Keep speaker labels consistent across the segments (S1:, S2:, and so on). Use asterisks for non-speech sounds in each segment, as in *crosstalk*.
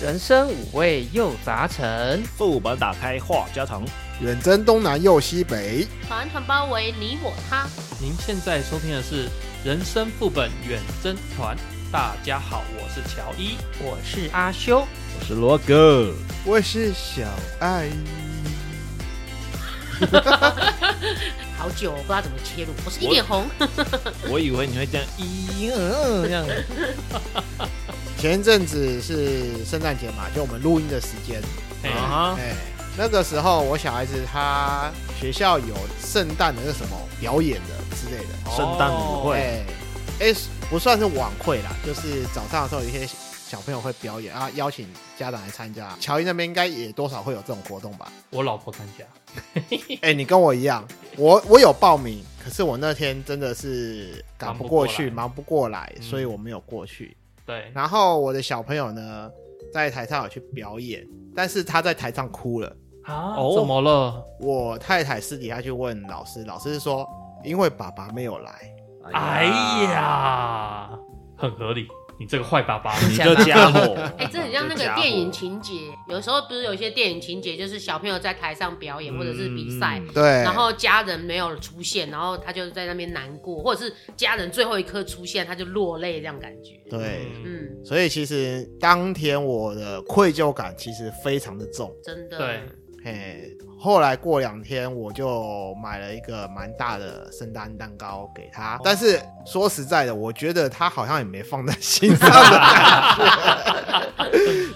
S1: 人生五味又杂陈。
S2: 副本打开话家常，
S3: 远征东南又西北，
S4: 保安团包围你我他。
S5: 您现在收听的是《人生副本远征团》，大家好，我是乔伊。
S1: 我是阿修，
S2: 我是罗哥。
S3: 我是小爱。
S4: 好久我不知道怎么切入，我是一脸 *laughs* 红。
S2: 我以为你会这样一嗯这
S5: *laughs*
S2: 样，
S3: 前一阵子是圣诞节嘛，就我们录音的时间，
S5: 嘿
S1: 哦
S2: 啊哈，
S3: 哎，那个时候我小孩子他学校有圣诞的那个什么表演的之类的，
S2: 圣诞舞会
S3: 哎，哎不算是晚会啦，就是早上的时候有一些小朋友会表演啊，邀请家长来参加。乔伊那边应该也多少会有这种活动吧？
S5: 我老婆参加，
S3: 哎、你跟我一样，我我有报名，可是我那天真的是赶不过去，忙
S5: 忙
S3: 不过来，
S5: 嗯
S3: 所以我没有过去。
S5: 对，
S3: 然后我的小朋友呢，在台上有去表演，但是他在台上哭了。
S5: 啊，
S2: 哦
S5: 怎么了？
S3: 我太太私底下去问老师，老师说因为爸爸没有来。
S5: 哎，呀，很合理，你这个坏爸爸，
S2: 你这家伙，
S4: 哎、这很像那
S2: 这家
S4: 个
S2: 伙
S4: 电影情节，有时候不是有一些电影情节，就是小朋友在台上表演或者是比赛，
S2: 嗯
S3: 对，
S4: 然后家人没有出现，然后他就在那边难过，或者是家人最后一刻出现，他就落泪这样感觉。
S3: 对，
S5: 嗯
S4: 嗯，
S3: 所以其实当天我的愧疚感其实非常的重。
S4: 真的。
S5: 对
S3: 嘿，后来过两天我就买了一个蛮大的圣诞蛋糕给
S4: 哦
S3: 他，但是说实在的，我觉得他好像也没放在心上的感觉
S4: *laughs*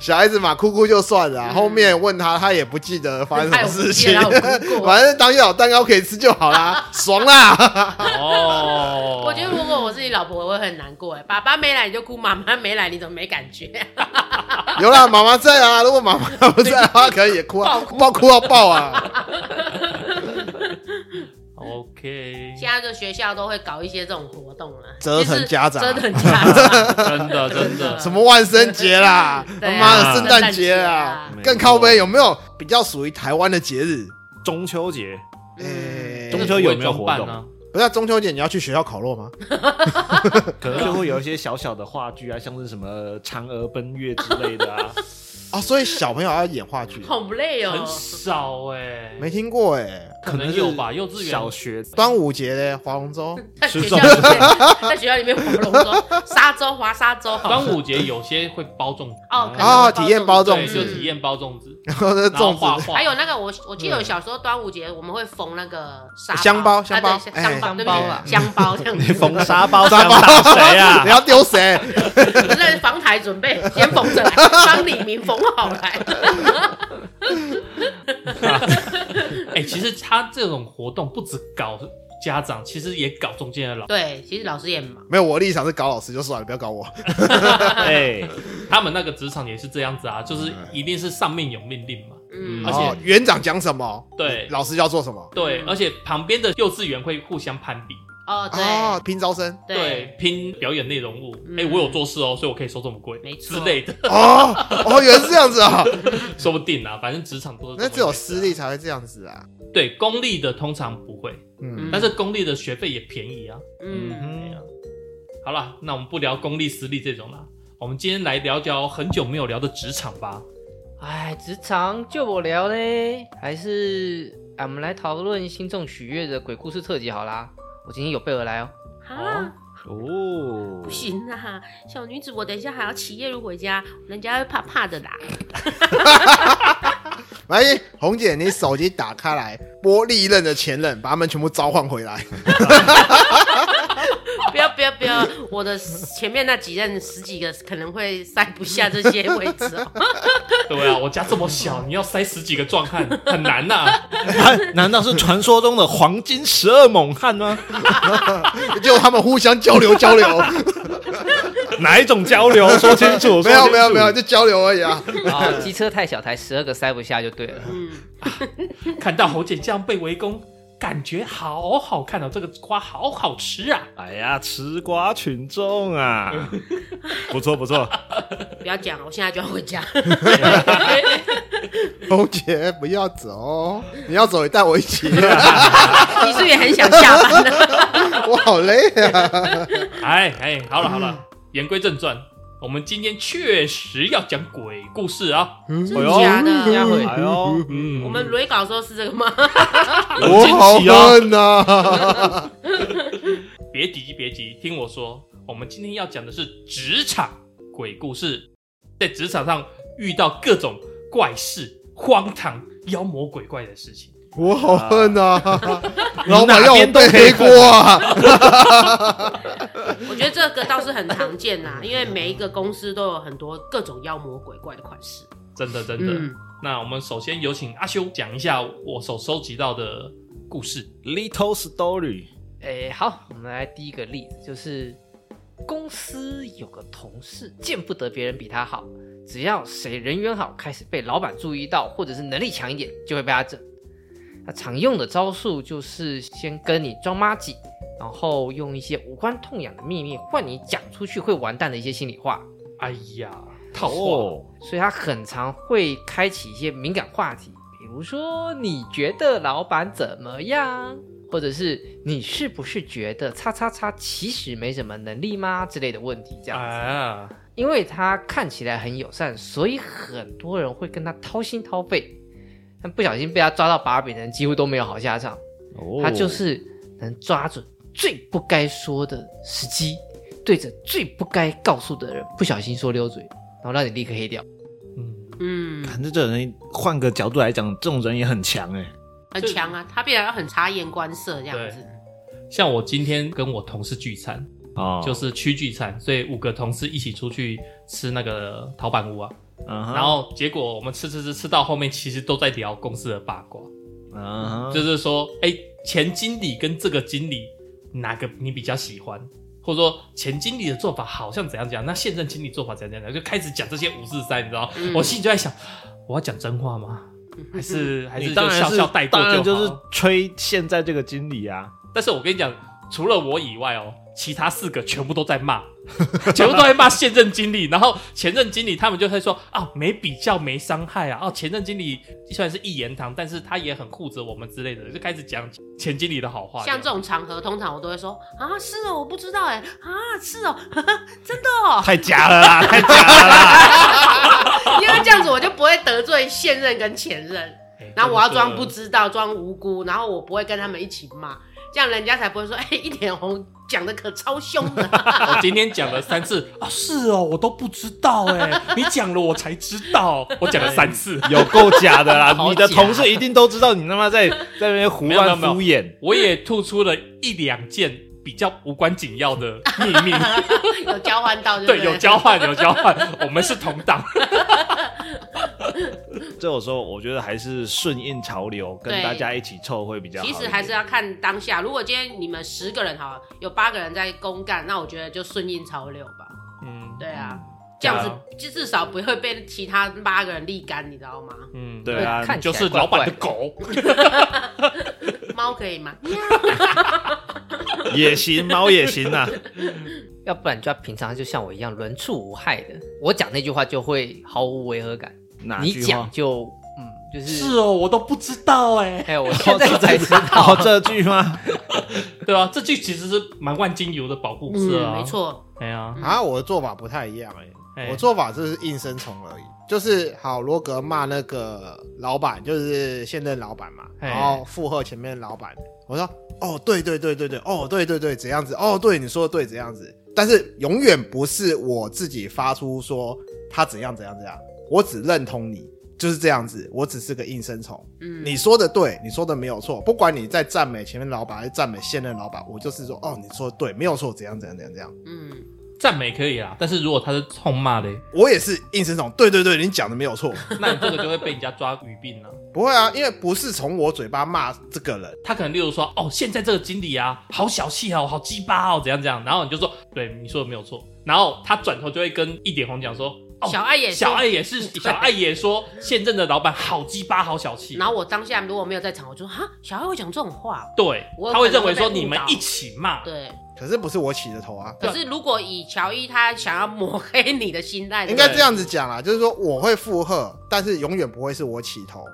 S3: 小孩子嘛，哭哭就算了啊、
S4: 嗯
S3: 后面问他，他也不记得发生什么事情
S4: 他有不记得他有哭，
S3: *laughs*
S4: 过
S3: 反正当天有蛋糕可以吃就好
S4: *laughs*
S3: 啦，爽啦！
S5: 哦，
S4: 我觉得如果我是你老婆，我会很难过哎。爸爸没来你就哭，妈妈没来你怎么没感觉？ *laughs*
S3: 有啦，妈妈在啊，如果妈妈不在的话，可能也哭啊，爆哭到爆啊！
S5: 哦 OK，
S4: 现在的学校都会搞一些这种活动了，
S3: 折腾家长
S4: 就是折腾家长，
S5: 真的真的，
S3: 什么万圣节
S4: *laughs*
S3: 啦，他
S4: 对啊
S3: 妈的圣诞节
S4: 圣诞节
S3: 啦
S4: 啊！
S2: 嗯
S3: 更靠背有没有比较属于台湾的节日？
S2: 中秋节，
S5: 嗯
S3: 诶、
S2: 中秋有没有活动
S5: 那不会装扮呢？
S3: 不是、啊、中秋节你要去学校烤肉吗？
S2: 可能就会有一些小小的话剧啊，像是什么嫦娥奔月之类的啊。
S3: 啊，所以小朋友要演话剧，
S4: 好不累哦
S5: 很。少哎，
S3: 没听过哎、
S5: 可能有吧，幼稚园
S2: 小学
S3: 端午节嘞，划龙舟，
S4: 在学
S2: 吃
S4: 校
S2: 粽
S4: 里面，在学校里面划龙舟、沙洲、划沙洲，
S5: 端午节有些会包粽子，
S4: 哦，可能
S3: 啊体验包粽
S5: 对，
S3: 子
S5: 就体验包粽子，
S3: 然后这
S5: 然后
S3: 粽
S5: 画
S3: 子，
S5: 画，
S4: 还有那个我我记得我小时候端午节我们会缝那个沙
S3: 香包
S4: 包
S3: 香包
S4: 啊对香
S1: 哎
S4: 包对
S1: 香包
S4: 不
S1: 啊
S4: 起香包这样子，
S2: 缝沙包
S3: 沙
S2: 想
S3: 包
S2: 打谁
S3: *laughs*
S2: 啊
S3: 你？要丢谁？
S4: 我在房台准备先缝着来，帮李明缝好来。
S5: 哎，其实他这种活动不止搞家长，其实也搞中间的老，
S4: 对，其实老师也忙，
S3: 没有，我立场是搞老师就算了，不要搞我。啊
S2: 哎，
S5: 他们那个职场也是这样子啊，就是一定是上面有命令嘛，
S4: 嗯
S5: 而，且
S3: 嗯哦园长讲什么，
S5: 对
S3: 老师要做什么。
S5: 对，而且旁边的幼稚园会互相攀比，
S4: 哦，
S3: 哦
S4: 对，
S3: 拼招生
S4: 对，
S5: 对，拼表演内容物，
S4: 嗯
S5: 哎，我有做事哦，所以我可以收这么贵，
S4: 没
S5: 之
S4: 错
S5: 类的， *laughs*
S3: 哦哦，原来是这样子啊、
S5: 说不定啊，反正职场都是
S3: 那
S5: 这么
S3: 只有
S5: 一回事
S3: 私
S5: 啊
S3: 立，才会这样子啊。
S5: 对，公立的通常不会，
S3: 嗯，
S5: 但是公立的学费也便宜啊。
S4: 嗯，
S5: 哎呀好了，那我们不聊公立私立这种啦，我们今天来聊聊很久没有聊的职场吧。 *laughs*
S1: 哎，职场就我聊嘞，还是啊，我们来讨论心中许悦的鬼故事特辑好啦。我今天有备而
S5: *laughs*
S1: 来哦。
S4: 啊，
S2: 哦，
S4: 不行啊，小女子，我等一下还要骑夜路回家，人家会怕怕的啦。
S3: 来，红姐，你手机打开来，播历任的前任，把他们全部召唤回来。 *laughs*
S4: *laughs* 不要不要不要，我的前面那几任十几个可能会塞不下这些位置哦。
S5: 对啊，我家这么小，你要塞十几个壮汉很难啊呐、
S2: 难道是传说中的黄金十二猛汉吗？
S3: 结果他们互相交流交流，
S2: 哪一种交流？说清楚。
S3: *laughs* 没有没有没有，就交流而已啊。 *laughs*
S1: 啊，机车太小台，十二个塞不下就对了。
S4: 嗯，
S5: 看到侯姐这样被围攻，感觉好好看哦，这个瓜好好吃啊！
S2: 哎呀，吃瓜群众啊，不错不错，
S4: 不要讲了，我现在就要回家。
S3: 红姐，不要走，你要走也带我一起，啊 *laughs*
S4: 你是不是也很想下班呢？
S3: 我好累啊。
S5: 哎哎，好了好了，言归正传，我们今天确实要讲鬼故事啊！
S4: 真的假
S1: 哎
S4: 的
S1: 呦？
S2: 哎呦，
S5: 嗯，
S4: 我们雷稿的时候是这个吗？ *laughs*
S5: 很惊
S3: 哎好
S5: 喜哦
S3: 恨啊
S2: 哎
S3: 呐！
S5: 别急，别急，听我说，我们今天要讲的是职场鬼故事，在职场上遇到各种怪事、荒唐、妖魔鬼怪的事情。
S3: 我好恨啊呐！老
S2: 你哪
S3: 板要我
S2: 边都
S3: 背
S2: 可以
S3: 黑锅啊！
S4: 我觉得这个倒是很常见啦，因为每一个公司都有很多各种妖魔鬼怪的款式。
S5: 真的，真的。
S4: 嗯，
S5: 那我们首先有请阿修讲一下我所收集到的故事。
S2: Little Story，
S1: 哎，好，我们来第一个例子，就是公司有个同事，见不得别人比他好，只要谁人缘好，开始被老板注意到，或者是能力强一点，就会被他整。那常用的招数就是先跟你装妈几，然后用一些无关痛痒的秘密换你讲出去会完蛋的一些心里话，
S5: 哎呀，套话，
S2: 哦
S1: 所以他很常会开启一些敏感话题，比如说你觉得老板怎么样，或者是你是不是觉得叉叉叉其实没什么能力吗之类的问题，这样子。
S5: 啊，
S1: 因为他看起来很友善，所以很多人会跟他掏心掏肺，但不小心被他抓到把柄的人几乎都没有好下场。
S2: 哦
S1: 他就是能抓准最不该说的时机，对着最不该告诉的人不小心说溜嘴，然后让你立刻黑掉。
S5: 嗯，
S4: 嗯，
S2: 反正这种人换个角度来讲，这种人也很强哎、
S4: 很强啊，他必然要很察言观色这样子。
S5: 像我今天跟我同事聚餐，
S2: 哦，
S5: 就是区聚餐，所以五个同事一起出去吃那个陶板屋啊。
S2: 嗯哼，
S5: 然后结果我们吃吃吃吃到后面，其实都在聊公司的八卦，
S2: 嗯哼，
S5: 就是说，哎，前经理跟这个经理哪个你比较喜欢，或者说前经理的做法好像怎样怎样，那现任经理做法怎样怎样，就开始讲这些五四三，你知道吗？
S4: 嗯
S5: 我心里就在想，我要讲真话吗？还是还
S2: 嗯你
S5: 是就
S2: 当然
S5: 笑
S2: 是
S5: 笑带过
S2: 当然
S5: 就
S2: 就
S5: 好
S2: 是吹现在这个经理啊，
S5: 但是我跟你讲，除了我以外哦，其他四个全部都在骂， *laughs* 全部都在骂现任经理，然后前任经理他们就会说啊，没比较没伤害啊，哦，前任经理虽然是一言堂，但是他也很护着我们之类的，就开始讲前经理的好话。
S4: 像这种场合，通常我都会说啊，是哦，我不知道哎，啊，是哦， *laughs* 呵呵真的哦。
S2: 太假了啦，太假了啦。
S4: *laughs* 因为这样子我就不会得罪现任跟前任，
S5: 哎
S4: 然后我要装
S5: 真
S4: 不
S5: 的
S4: 知道，装无辜，然后我不会跟他们一起骂，这样人家才不会说，哎、一脸红讲的可超凶
S5: *laughs*
S4: 的。
S5: 我今天讲了三次 *laughs* 啊，是哦，我都不知道哎、
S4: *laughs*
S5: 你讲了我才知道，我讲了三次，
S2: 有够假的啦！
S1: 好
S2: 你的
S1: 假
S2: 同事一定都知道你他妈在在那边胡
S5: 啊没有没有
S2: 乱
S5: 没有
S2: 敷衍。
S5: 我也吐出了一两件比较无关紧要的秘
S4: *laughs*
S5: 密。
S4: 有交换到就
S5: 对，
S4: 对，
S5: 有交。换，有交换，我们是同党。
S2: 这种时候，我觉得还是顺应潮流，跟
S4: 对
S2: 大家一起凑会比较好一
S4: 其
S2: 点。
S4: 实还是要看当下。如果今天你们十个人好了，有八个人在公干，那我觉得就顺应潮流吧。
S5: 嗯，
S4: 对啊，这
S5: 对啊
S4: 样子就至少不会被其他八个人沥干，你知道吗？
S5: 嗯，
S2: 对啊，
S1: 看起
S5: 就
S1: 来
S5: 是老板的
S1: 怪怪
S5: 狗。
S4: 猫可以吗？
S2: *laughs* 也行，猫也行啊。
S1: 要不然就要平常就像我一样人畜无害的，我讲那句话就会毫无违和感，
S2: 哪
S1: 你
S2: 句
S1: 讲
S2: 话？
S1: 就嗯就是
S5: 哦，我都不知道哎。
S1: 哎，我现
S2: *laughs*
S1: 在才知道
S2: 哦，，这句吗？
S5: 对啊，这句其实是蛮万金油的保护色啊，
S4: 嗯没。错，
S5: 哎呀，
S3: *laughs* 啊，我的做法不太一样哎，
S5: 哎
S3: 我做法就是应声虫而已。就是好，罗格骂那个老板，就是现任老板嘛，
S5: 哎
S3: 然后附和前面的老板。我说哦，对对对对对，哦对对对，怎样子？哦，对，你说的对，怎样子？但是永远不是我自己发出说他怎样怎样怎样，我只认同你就是这样子，我只是个应声虫。
S4: 嗯，
S3: 你说的对，你说的没有错。不管你在赞美前面老板还是赞美现任老板，我就是说，哦，你说的对，没有错，怎样怎样怎样怎样。
S4: 嗯，
S5: 赞美可以啦，但是如果他是痛骂嘞，
S3: 我也是应声虫，对对对，你讲的没有错。
S5: 那你这个就会被人家抓语病了。
S3: 不会啊，因为不是从我嘴巴骂这个人，
S5: 他可能例如说，哦，现在这个经理啊，好小气哦，好鸡巴哦，怎样怎样，然后你就说，对，你说的没有错。然后他转头就会跟一点红讲说，哦，
S4: 小爱也
S5: 小
S4: 说
S5: 爱
S4: *laughs*
S5: 也是，小爱也说，现任的老板好鸡巴，好小气。
S4: 然后我当下如果没有在场，我就说哈，小孩会讲这种话。
S5: 对，
S4: 我
S5: 他会认为
S4: 可
S5: 说
S4: 能会被
S5: 你们
S4: 误导
S5: 一起骂，
S4: 对，
S3: 可是不是我起的头啊。
S5: 对
S4: 可是如果以乔伊他想要抹黑你的心态，
S3: 应该
S4: 对
S3: 这样子讲啦，就是说我会附和，但是永远不会是我起头，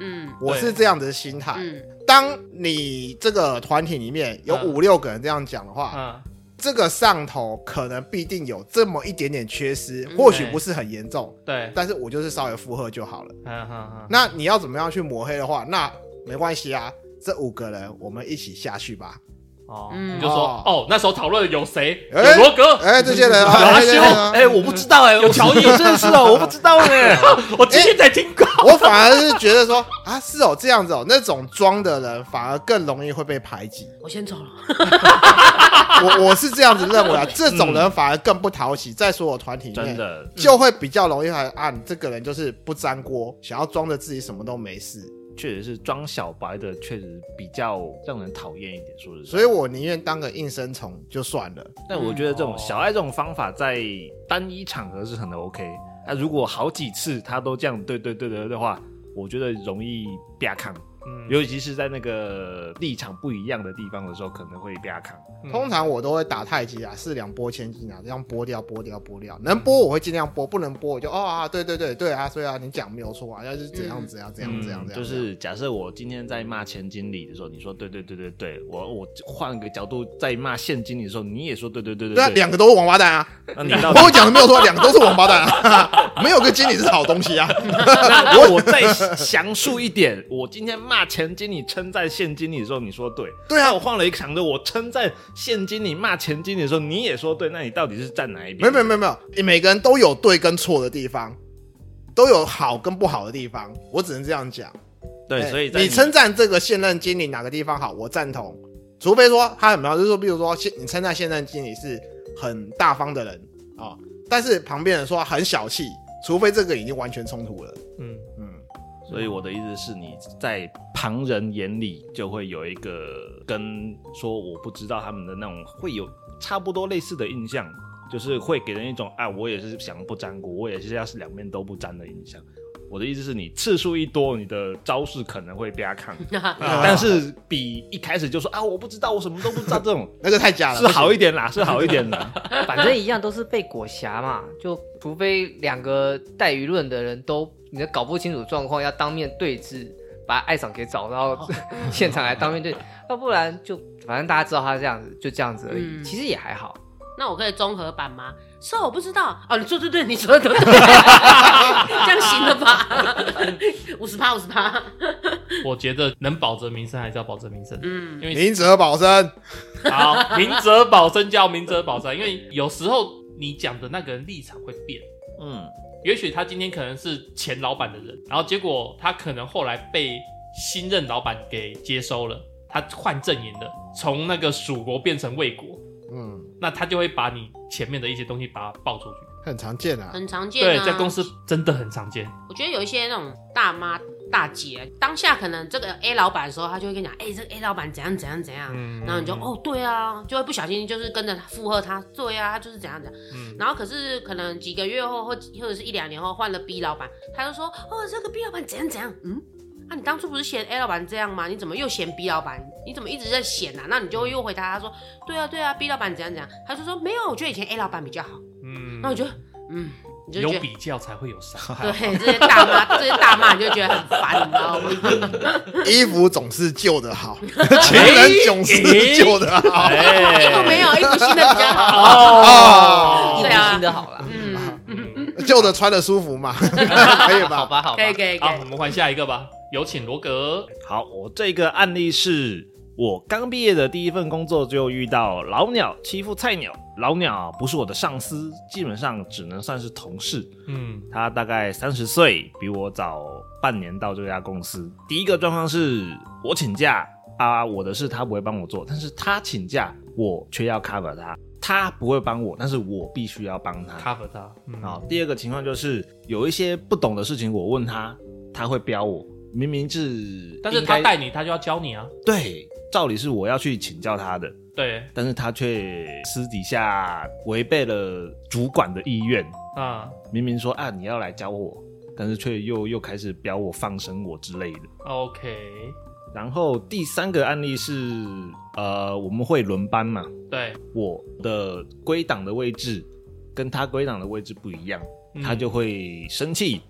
S4: 嗯
S3: 我是这样的心态。
S4: 嗯
S3: 当你这个团体里面有
S5: 嗯
S3: 五六个人这样讲的话，
S5: 嗯，
S3: 这个上头可能必定有这么一点点缺失，或许
S5: 对
S3: 不是很严重，
S5: 嗯对，
S3: 但是我就是稍微附和就好了。
S5: 嗯嗯嗯，
S3: 那你要怎么样去抹黑的话，那没关系啊，这五个人我们一起下去吧。
S5: 哦，
S4: 嗯
S5: 你就说
S3: 哦
S5: 哦，那时候讨论有谁？有
S3: 哎
S5: 罗格，
S3: 哎，这些人啊，
S5: 阿
S3: 哎这些人啊
S2: 哎，我不知道哎，
S5: 有乔伊
S2: 我真的是
S5: *laughs*
S2: 哦，我不知道哎。
S5: 我今天才听过。
S3: *laughs* 我反而是觉得说啊，是哦，这样子哦，那种装的人反而更容易会被排
S2: *laughs*
S3: 挤。
S4: 我先走了， *laughs*
S3: 我我是这样子认为啊，这种人反而更不讨喜，在所有团体里
S2: *laughs* 嗯真
S3: 面，
S2: 的，
S3: 就会比较容易还啊，你这个人就是不粘锅，想要装着自己什么都没事，
S2: 确实是装小白的，确实比较让人讨厌一点，说实在。
S3: 所以我宁愿当个应声虫就算了。
S2: 但我觉得这
S3: 嗯哦
S2: 种小爱这种方法在单一场合是很 OK，那、如果好几次他都这样对对对对的话，我觉得容易被抗，
S5: 嗯，
S2: 尤其是在那个立场不一样的地方的时候，可能会被抗。
S3: 通常我都会打太极啊，四两拨千斤啊，这样拨掉拨掉拨掉，能拨我会尽量拨，不能拨我就哦啊，对对对对啊，所以啊，你讲没有错啊，要是怎样怎样怎样怎样
S2: 嗯
S3: 怎样，
S2: 就是假设我今天在骂前经理的时候，你说对对对对对，我我换个角度在骂现经理的时候，你也说对对对对
S3: 对啊，两个都是王八蛋啊，
S2: 那你到底
S3: 我讲的没有错，两个都是王八蛋啊， *laughs* 没有个经理是好东西啊。
S2: 那我我再详述一点，我今天骂前经理称赞现经理的时候，你说对，
S3: 对啊
S2: 那我换了一个场子，我称赞现经理骂前经理的时候，你也说对，那你到底是站哪一
S3: 没有
S2: 边？
S3: 没有没有没有，每个人都有对跟错的地方，都有好跟不好的地方，我只能这样讲。
S2: 对，
S3: 哎
S2: 所以在
S3: 你称赞这个现任经理哪个地方好，我赞同，除非说他很妙，就是说，比如说现你称赞现任经理是很大方的人啊、哦但是旁边人说他很小气，除非这个已经完全冲突了。
S5: 嗯，
S3: 嗯，
S2: 所以我的意思是，你在旁人眼里就会有一个跟说我不知道他们的那种会有差不多类似的印象，就是会给人一种啊，我也是想不沾锅，我也是要是两面都不沾的印象。我的意思是你次数一多，你的招式可能会被他看。但是比一开始就说啊我不知道，我什么都不知道这 *laughs* 种
S3: 那个太假了，
S2: 是啊好
S3: 一
S2: 一点啦，是好一点的。
S1: 反正一样都是被裹挟嘛，就除非两个带舆论的人都你都搞不清楚状况，要当面对质，把艾赏给找到 *laughs* 现场来当面对质，要不然就反正大家知道他这样子，就这样子而已，
S4: 嗯
S1: 其实也还好。
S4: 那我可以综合版吗？是我不知道哦，你说对对，你说的对， *laughs* 这样行了吧？ *laughs* 五十趴，五十趴，
S5: 我觉得能保则民生，还是要保则民生。
S4: 嗯，
S5: 因为
S3: 明哲保身，
S5: 好，明哲保身就要明哲保身，因为有时候你讲的那个人立场会变。
S2: *laughs* 嗯，
S5: 也许他今天可能是前老板的人，然后结果他可能后来被新任老板给接收了，他换阵营了，从那个蜀国变成魏国，
S3: 嗯，
S5: 那他就会把你前面的一些东西把它爆出去。
S3: 很常见啊。
S4: 很常见、
S5: 对，
S4: 啊。
S5: 在公司真的很常见。
S4: 我觉得有一些那种大妈大姐，当下可能这个 A 老板的时候，他就会跟你讲，哎、这个 A 老板怎样怎样怎样，
S5: 嗯
S4: 然后你就哦，对啊，就会不小心就是跟着他附和他，对啊，他就是怎样怎样。
S5: 嗯
S4: 然后可是可能几个月后或或者是一两年后换了 B 老板，他就说哦，这个 B 老板怎样怎样，嗯。啊，你当初不是嫌 A 老板这样吗？你怎么又嫌 B 老板？你怎么一直在嫌啊？那你就会又回答他说，对啊对啊，B 老板怎样怎样。他就说没有，我觉得以前 A 老板比较好。
S5: 嗯
S4: 那我就嗯，你就
S5: 有
S4: 觉得
S5: 比较才会有
S4: *laughs*
S5: 伤害。
S4: 对，这些大妈，这些大妈你就觉得很烦，你知
S5: *laughs*
S4: 道吗？
S3: 衣服总是旧的好，情啊人总是旧的好。
S4: *laughs* 衣服哎
S2: 哎
S4: 没有，衣服新的比较好。
S3: 哦，
S1: 一
S4: 对
S1: 比
S4: 啊
S1: 新的好啦，
S4: *laughs* 嗯，
S5: 嗯
S3: 旧的穿的舒服嘛，可以
S1: *laughs* 好
S3: 吧？
S1: 吧，好吧
S4: 可以，可以，可
S5: 好，
S4: 以
S5: 我。们换下一个吧。有请罗格。
S2: 好，我这个案例是我刚毕业的第一份工作就遇到老鸟欺负菜鸟，老鸟不是我的上司，基本上只能算是同事。
S5: 嗯
S2: 他大概三十岁，比我早半年到这家公司。第一个状况是我请假啊，我的事他不会帮我做，但是他请假，我却要 cover 他。他不会帮我，但是我必须要帮他。
S5: ，cover 他。
S2: 好，，第二个情况就是有一些不懂的事情，我问他，他会标我。明明是，
S5: 但是他带你，他就要教你啊。
S2: 对，照理是我要去请教他的，
S5: 对
S2: 但是他却私底下违背了主管的意愿，
S5: 啊，
S2: 明明说啊你要来教我，但是却又又开始标我放生我之类的。
S5: OK，
S2: 然后第三个案例是，呃，我们会轮班嘛，
S5: 对，
S2: 我的归档的位置跟他归档的位置不一样，
S5: 嗯
S2: 他就会生气，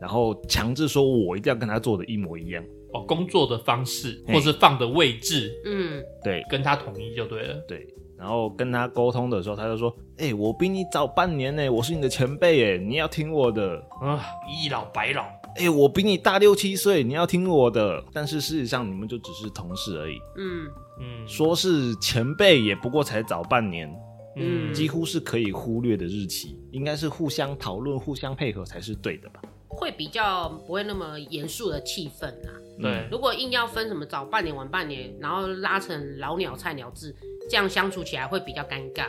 S2: 然后强制说我一定要跟他做的一模一样。
S5: 哦，工作的方式
S2: 嘿
S5: 或是放的位置
S4: 嗯，
S2: 对
S5: 跟他统一就对了。
S2: 对，然然后跟他沟通的时候，他就说：“哎、我比你早半年呢、我是你的前辈哎、你要听我的。
S5: 啊，一老百老，
S2: 哎、我比你大六七岁，你要听我的。”但是事实上，你们就只是同事而已，
S4: 嗯，
S5: 嗯，
S2: 说是前辈也不过才早半年，
S5: 嗯
S2: 几乎是可以忽略的日期，应该是互相讨论、互相配合才是对的吧？
S4: 会比较不会那么严肃的气氛啦。
S2: 嗯
S5: 对，
S4: 如果硬要分什么早半年晚半年，然后拉成老鸟菜鸟制，这样相处起来会比较尴尬。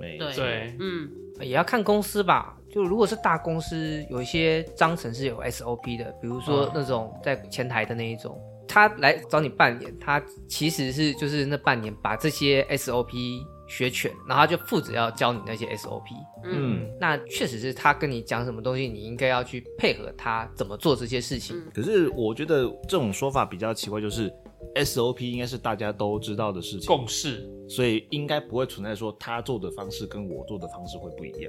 S2: 没
S4: 对
S5: 对
S4: 嗯
S1: 也要看公司吧。就如果是大公司，有一些章程是有 SOP 的，比如说
S5: 嗯
S1: 那种在前台的那一种，他来找你半年，他其实是就是那半年把这些 SOP 学全，然后他就负责要教你那些 SOP。
S4: 嗯
S2: 嗯
S1: 那确实是他跟你讲什么东西，你应该要去配合他怎么做这些事情。
S4: 嗯
S2: 可是我觉得这种说法比较奇怪，就是 SOP 应该是大家都知道的事情，
S5: 共事，
S2: 所以应该不会存在说他做的方式跟我做的方式会不一样。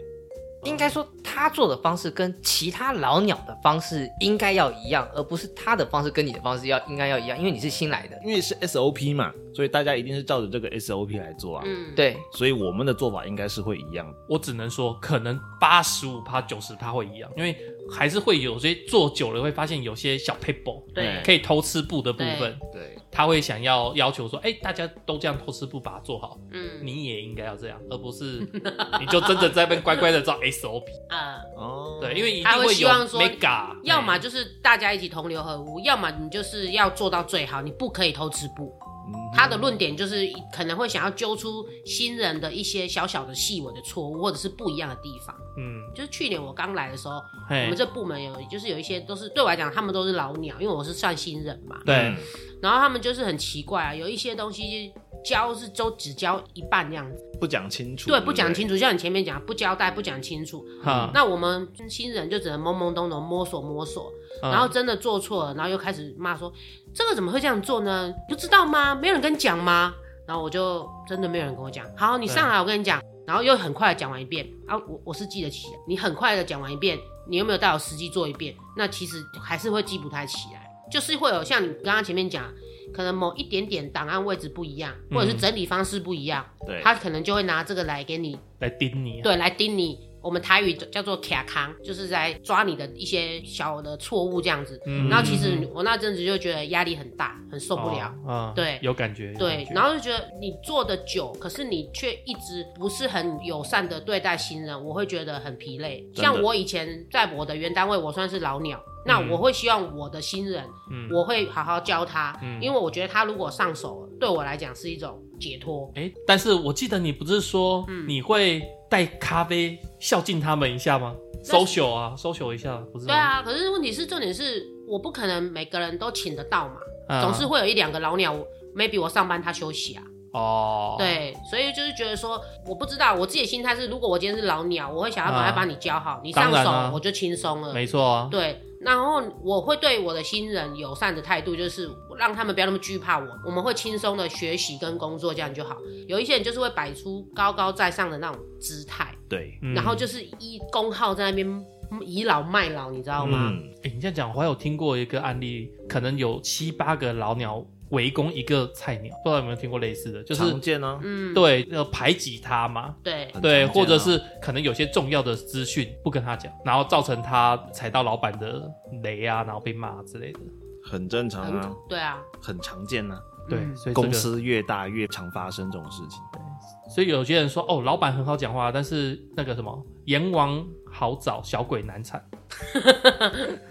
S1: 应该说他做的方式跟其他老鸟的方式应该要一样，而不是他的方式跟你的方式要应该要一样，因为你是新来的。
S2: 因为是 SOP 嘛，所以大家一定是照着这个 SOP 来做啊。
S4: 嗯，
S1: 对，
S2: 所以我们的做法应该是会一样的。
S5: 我只能说，可能八十五趴、九十趴会一样，因为还是会有些做久了会发现有些小 paper
S4: 对
S5: 可以偷吃布的部分，
S2: 对，
S5: 他会想要要求说，哎、大家都这样偷吃布把它做好，
S4: 嗯
S5: 你也应该要这样，而不是 *laughs* 你就真的在那边乖乖的照 SOP。
S4: 呃，
S2: 哦，
S5: 对，因为一定
S4: 他会
S5: 有
S4: 希望说
S5: mega，
S4: 要么就是大家一起同流合污，要么你就是要做到最好，你不可以偷吃布。
S2: 嗯
S4: 他的论点就是可能会想要揪出新人的一些小小的细微的错误，或者是不一样的地方。
S5: 嗯，
S4: 就是去年我刚来的时候，我
S5: 嘿
S4: 们，这部门有就是有一些都是对我来讲，他们都是老鸟，因为我是算新人嘛。
S2: 嗯
S5: 对，
S4: 然后他们就是很奇怪啊，有一些东西教是都只教一半这样子，
S2: 不讲清楚，
S4: 对，不讲清楚，就像你前面讲，不交代，不讲清楚。
S5: 哈，
S4: 那我们新人就只能懵懵懂懂摸索摸索，
S5: 嗯
S4: 然后真的做错了，然后又开始骂说这个怎么会这样做呢？不知道吗？没有人跟你讲吗？然后我就真的没有人跟我讲。好，你
S5: 嗯
S4: 上来，我跟你讲。然后又很快的讲完一遍啊，我我是记得起来，你很快的讲完一遍，你有没有带我实际做一遍？那其实还是会记不太起来，就是会有像你刚刚前面讲，可能某一点点档案位置不一样，或者是
S5: 嗯
S4: 整理方式不一样，
S2: 对，
S4: 他可能就会拿这个来给你
S5: 来盯你、啊，
S4: 对，来盯你。我们台语叫做卡康，就是在抓你的一些小的错误这样子。
S5: 嗯
S4: 然后其实我那阵子就觉得压力很大，很受不了。
S5: 哦啊
S4: 对
S5: 有感觉，有
S4: 对
S5: 感，觉
S4: 然后就觉得你做的久，可是你却一直不是很友善的对待新人，我会觉得很疲累。
S2: 真的
S4: 像我以前在我的原单位，我算是老鸟，那
S5: 嗯
S4: 我会希望我的新人，
S5: 嗯
S4: 我会好好教他，
S5: 嗯
S4: 因为我觉得他如果上手了，对我来讲是一种解脱。
S5: 哎、但是我记得你不是说
S4: 嗯
S5: 你会带咖啡孝敬他们一下吗
S4: 那是
S5: ？social 啊，social 一下，不是吗？
S4: 对啊，可是问题是，重点是我不可能每个人都请得到嘛。
S5: 嗯，
S4: 总是会有一两个老鸟我，maybe 我上班他休息啊，
S5: 哦，，
S4: 对，所以就是觉得说，我不知道我自己的心态是，如果我今天是老鸟，我会想要赶快
S5: 啊
S4: 把你教好，你
S5: 当
S4: 上
S5: 然
S4: 手
S5: 啊
S4: 我就轻松了，
S5: 没错啊，
S4: 对。然后我会对我的新人友善的态度，就是让他们不要那么惧怕我，我们会轻松的学习跟工作，这样就好。有一些人就是会摆出高高在上的那种姿态，
S2: 对，
S5: 嗯
S4: 然后就是一公号在那边嗯倚老卖老，你知道吗？
S2: 嗯，
S5: 诶你这样讲，我还有听过一个案例，可能有七八个老鸟围攻一个菜鸟，不知道有没有听过类似的，就是
S2: 常见啊，
S4: 嗯，
S5: 对，要排挤他嘛。
S4: 对
S2: 很
S5: 对，
S2: 常见啊
S5: 或者是可能有些重要的资讯不跟他讲，然后造成他踩到老板的雷啊，然后被骂之类的。
S2: 很正常
S4: 很
S2: 啊，
S4: 对啊，
S2: 很常见啊。
S5: 对，
S4: 嗯
S5: 所以这个
S2: 公司越大越常发生这种事情。
S5: 所以有些人说，哦，老板很好讲话，但是那个什么，阎王好找，小鬼难缠。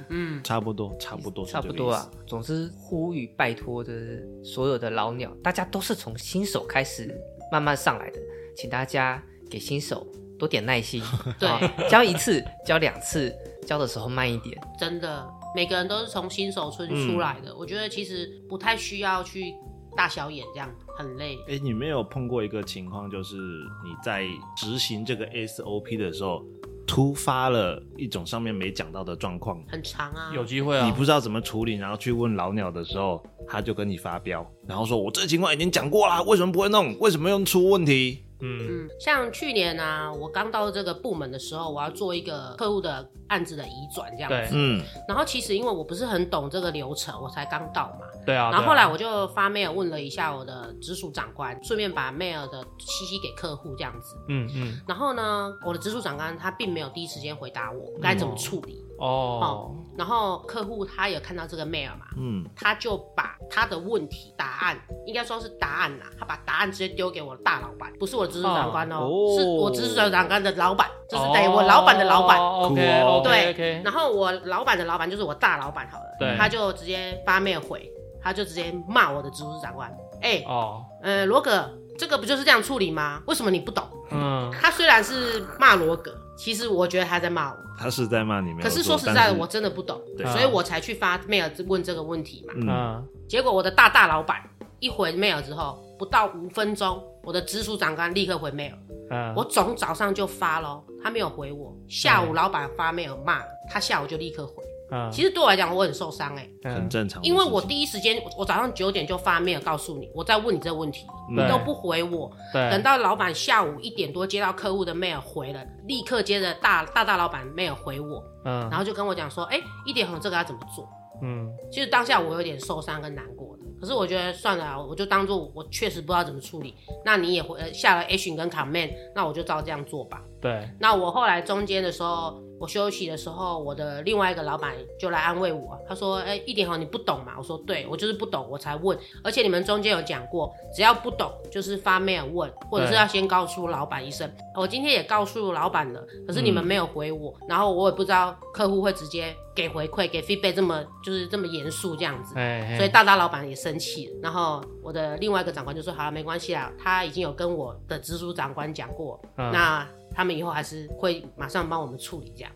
S4: 嗯。。
S2: 差不多，差不多，
S1: 差不多啊。。总之，呼吁拜托，就是所有的老鸟，大家都是从新手开始慢慢上来的，请大家给新手多点耐心
S4: *laughs* 对
S1: 啊教一次，教两次，教的时候慢一点。
S4: 真的，每个人都是从新手村出来
S5: 嗯
S4: 的。我觉得其实不太需要去大小眼这样，很累。
S2: 哎，你没有碰过一个情况，就是你在执行这个 SOP 的时候，突发了一种上面没讲到的状况，
S4: 很长啊，
S5: 有机会啊，
S2: 你不知道怎么处理，然后去问老鸟的时候，他就跟你发飙，然后说：“我这情况已经讲过啦，为什么不会弄？为什么又出问题？”
S5: 嗯
S4: 嗯，像去年啊，我刚到这个部门的时候，我要做一个客户的案子的移转这样
S5: 对
S4: 子。
S2: 嗯，
S4: 然后其实因为我不是很懂这个流程，我才刚到嘛。
S5: 对啊。
S4: 然后后
S5: 对啊
S4: 来我就发 mail 问了一下我的直属长官，顺便把 mail 的信息给客户这样子。
S5: 嗯嗯
S4: 然后呢，我的直属长官他并没有第一时间回答我该
S5: 嗯
S4: 怎么处理。
S5: 哦
S4: 然后客户他也看到这个 mail 嘛，
S2: 嗯，
S4: 他就把他的问题答案，应该说是答案啦，他把答案直接丢给我的大老板，不是我直属长官哦，
S2: 哦
S4: 是我直属长官的老板，就是
S5: 哦
S4: 等于我老板的老板。
S5: OK
S2: 酷哦
S5: OK
S4: 对
S5: OK，
S4: 然后我老板的老板就是我大老板好了，
S5: 对
S4: 他就直接发 mail 回，他就直接骂我的直属长官，哎、
S5: 哦
S4: 呃，罗格，这个不就是这样处理吗？为什么你不懂？
S5: 嗯
S4: 他虽然是骂罗格，其实我觉得他在骂我。
S2: 他是在骂你没有
S4: 可
S2: 错，
S4: 是说实
S2: 但
S4: 在的，
S2: 是
S4: 我真的不懂，
S2: 对
S4: 所以我才去发 mail 问这个问题嘛。
S2: 嗯，
S5: 嗯
S4: 结果我的大大老板一回 mail 之后，不到五分钟，我的直属长官立刻回 mail，
S5: 嗯，
S4: 我总早上就发咯，他没有回我。下午老板发 mail 骂他，下午就立刻回。
S5: 嗯
S4: 其实对我来讲，我很受伤哎、
S2: 很正
S5: 啊
S2: 常的事情，
S4: 因为我第一时间，我早上九点就发 mail 告诉你，我在问你这个问题，
S2: 嗯
S4: 你
S5: 对
S4: 都不回我，
S5: 对
S4: 等到老板下午一点多接到客户的 mail 回了，立刻接着大大大老板 mail 回我，
S5: 嗯
S4: 然后就跟我讲说，哎、一点红这个要怎么做？
S5: 嗯
S4: 其实当下我有点受伤跟难过的，可是我觉得算了啊，我就当做我确实不知道怎么处理。那你也回呃下了 action 跟 comment，那我就照这样做吧。
S5: 对
S4: 那我后来中间的时候，我休息的时候，我的另外一个老板就来安慰我，他说：“哎、一点红你不懂嘛？”我说：“对，我就是不懂，我才问。而且你们中间有讲过，只要不懂就是发 mail 问，或者是
S5: 对
S4: 要先告诉老板一声。我今天也告诉老板了，可是你们
S5: 嗯
S4: 没有回我，然后我也不知道客户会直接给回馈、给 feedback 这么就是这么严肃这样子。”
S5: 哎，
S4: 所以大大老板也生气了，然后我的另外一个长官就说：“好了，没关系啦，他已经有跟我的直属长官讲过，
S5: 嗯
S4: 那他们以后还是会马上帮我们处理这样。”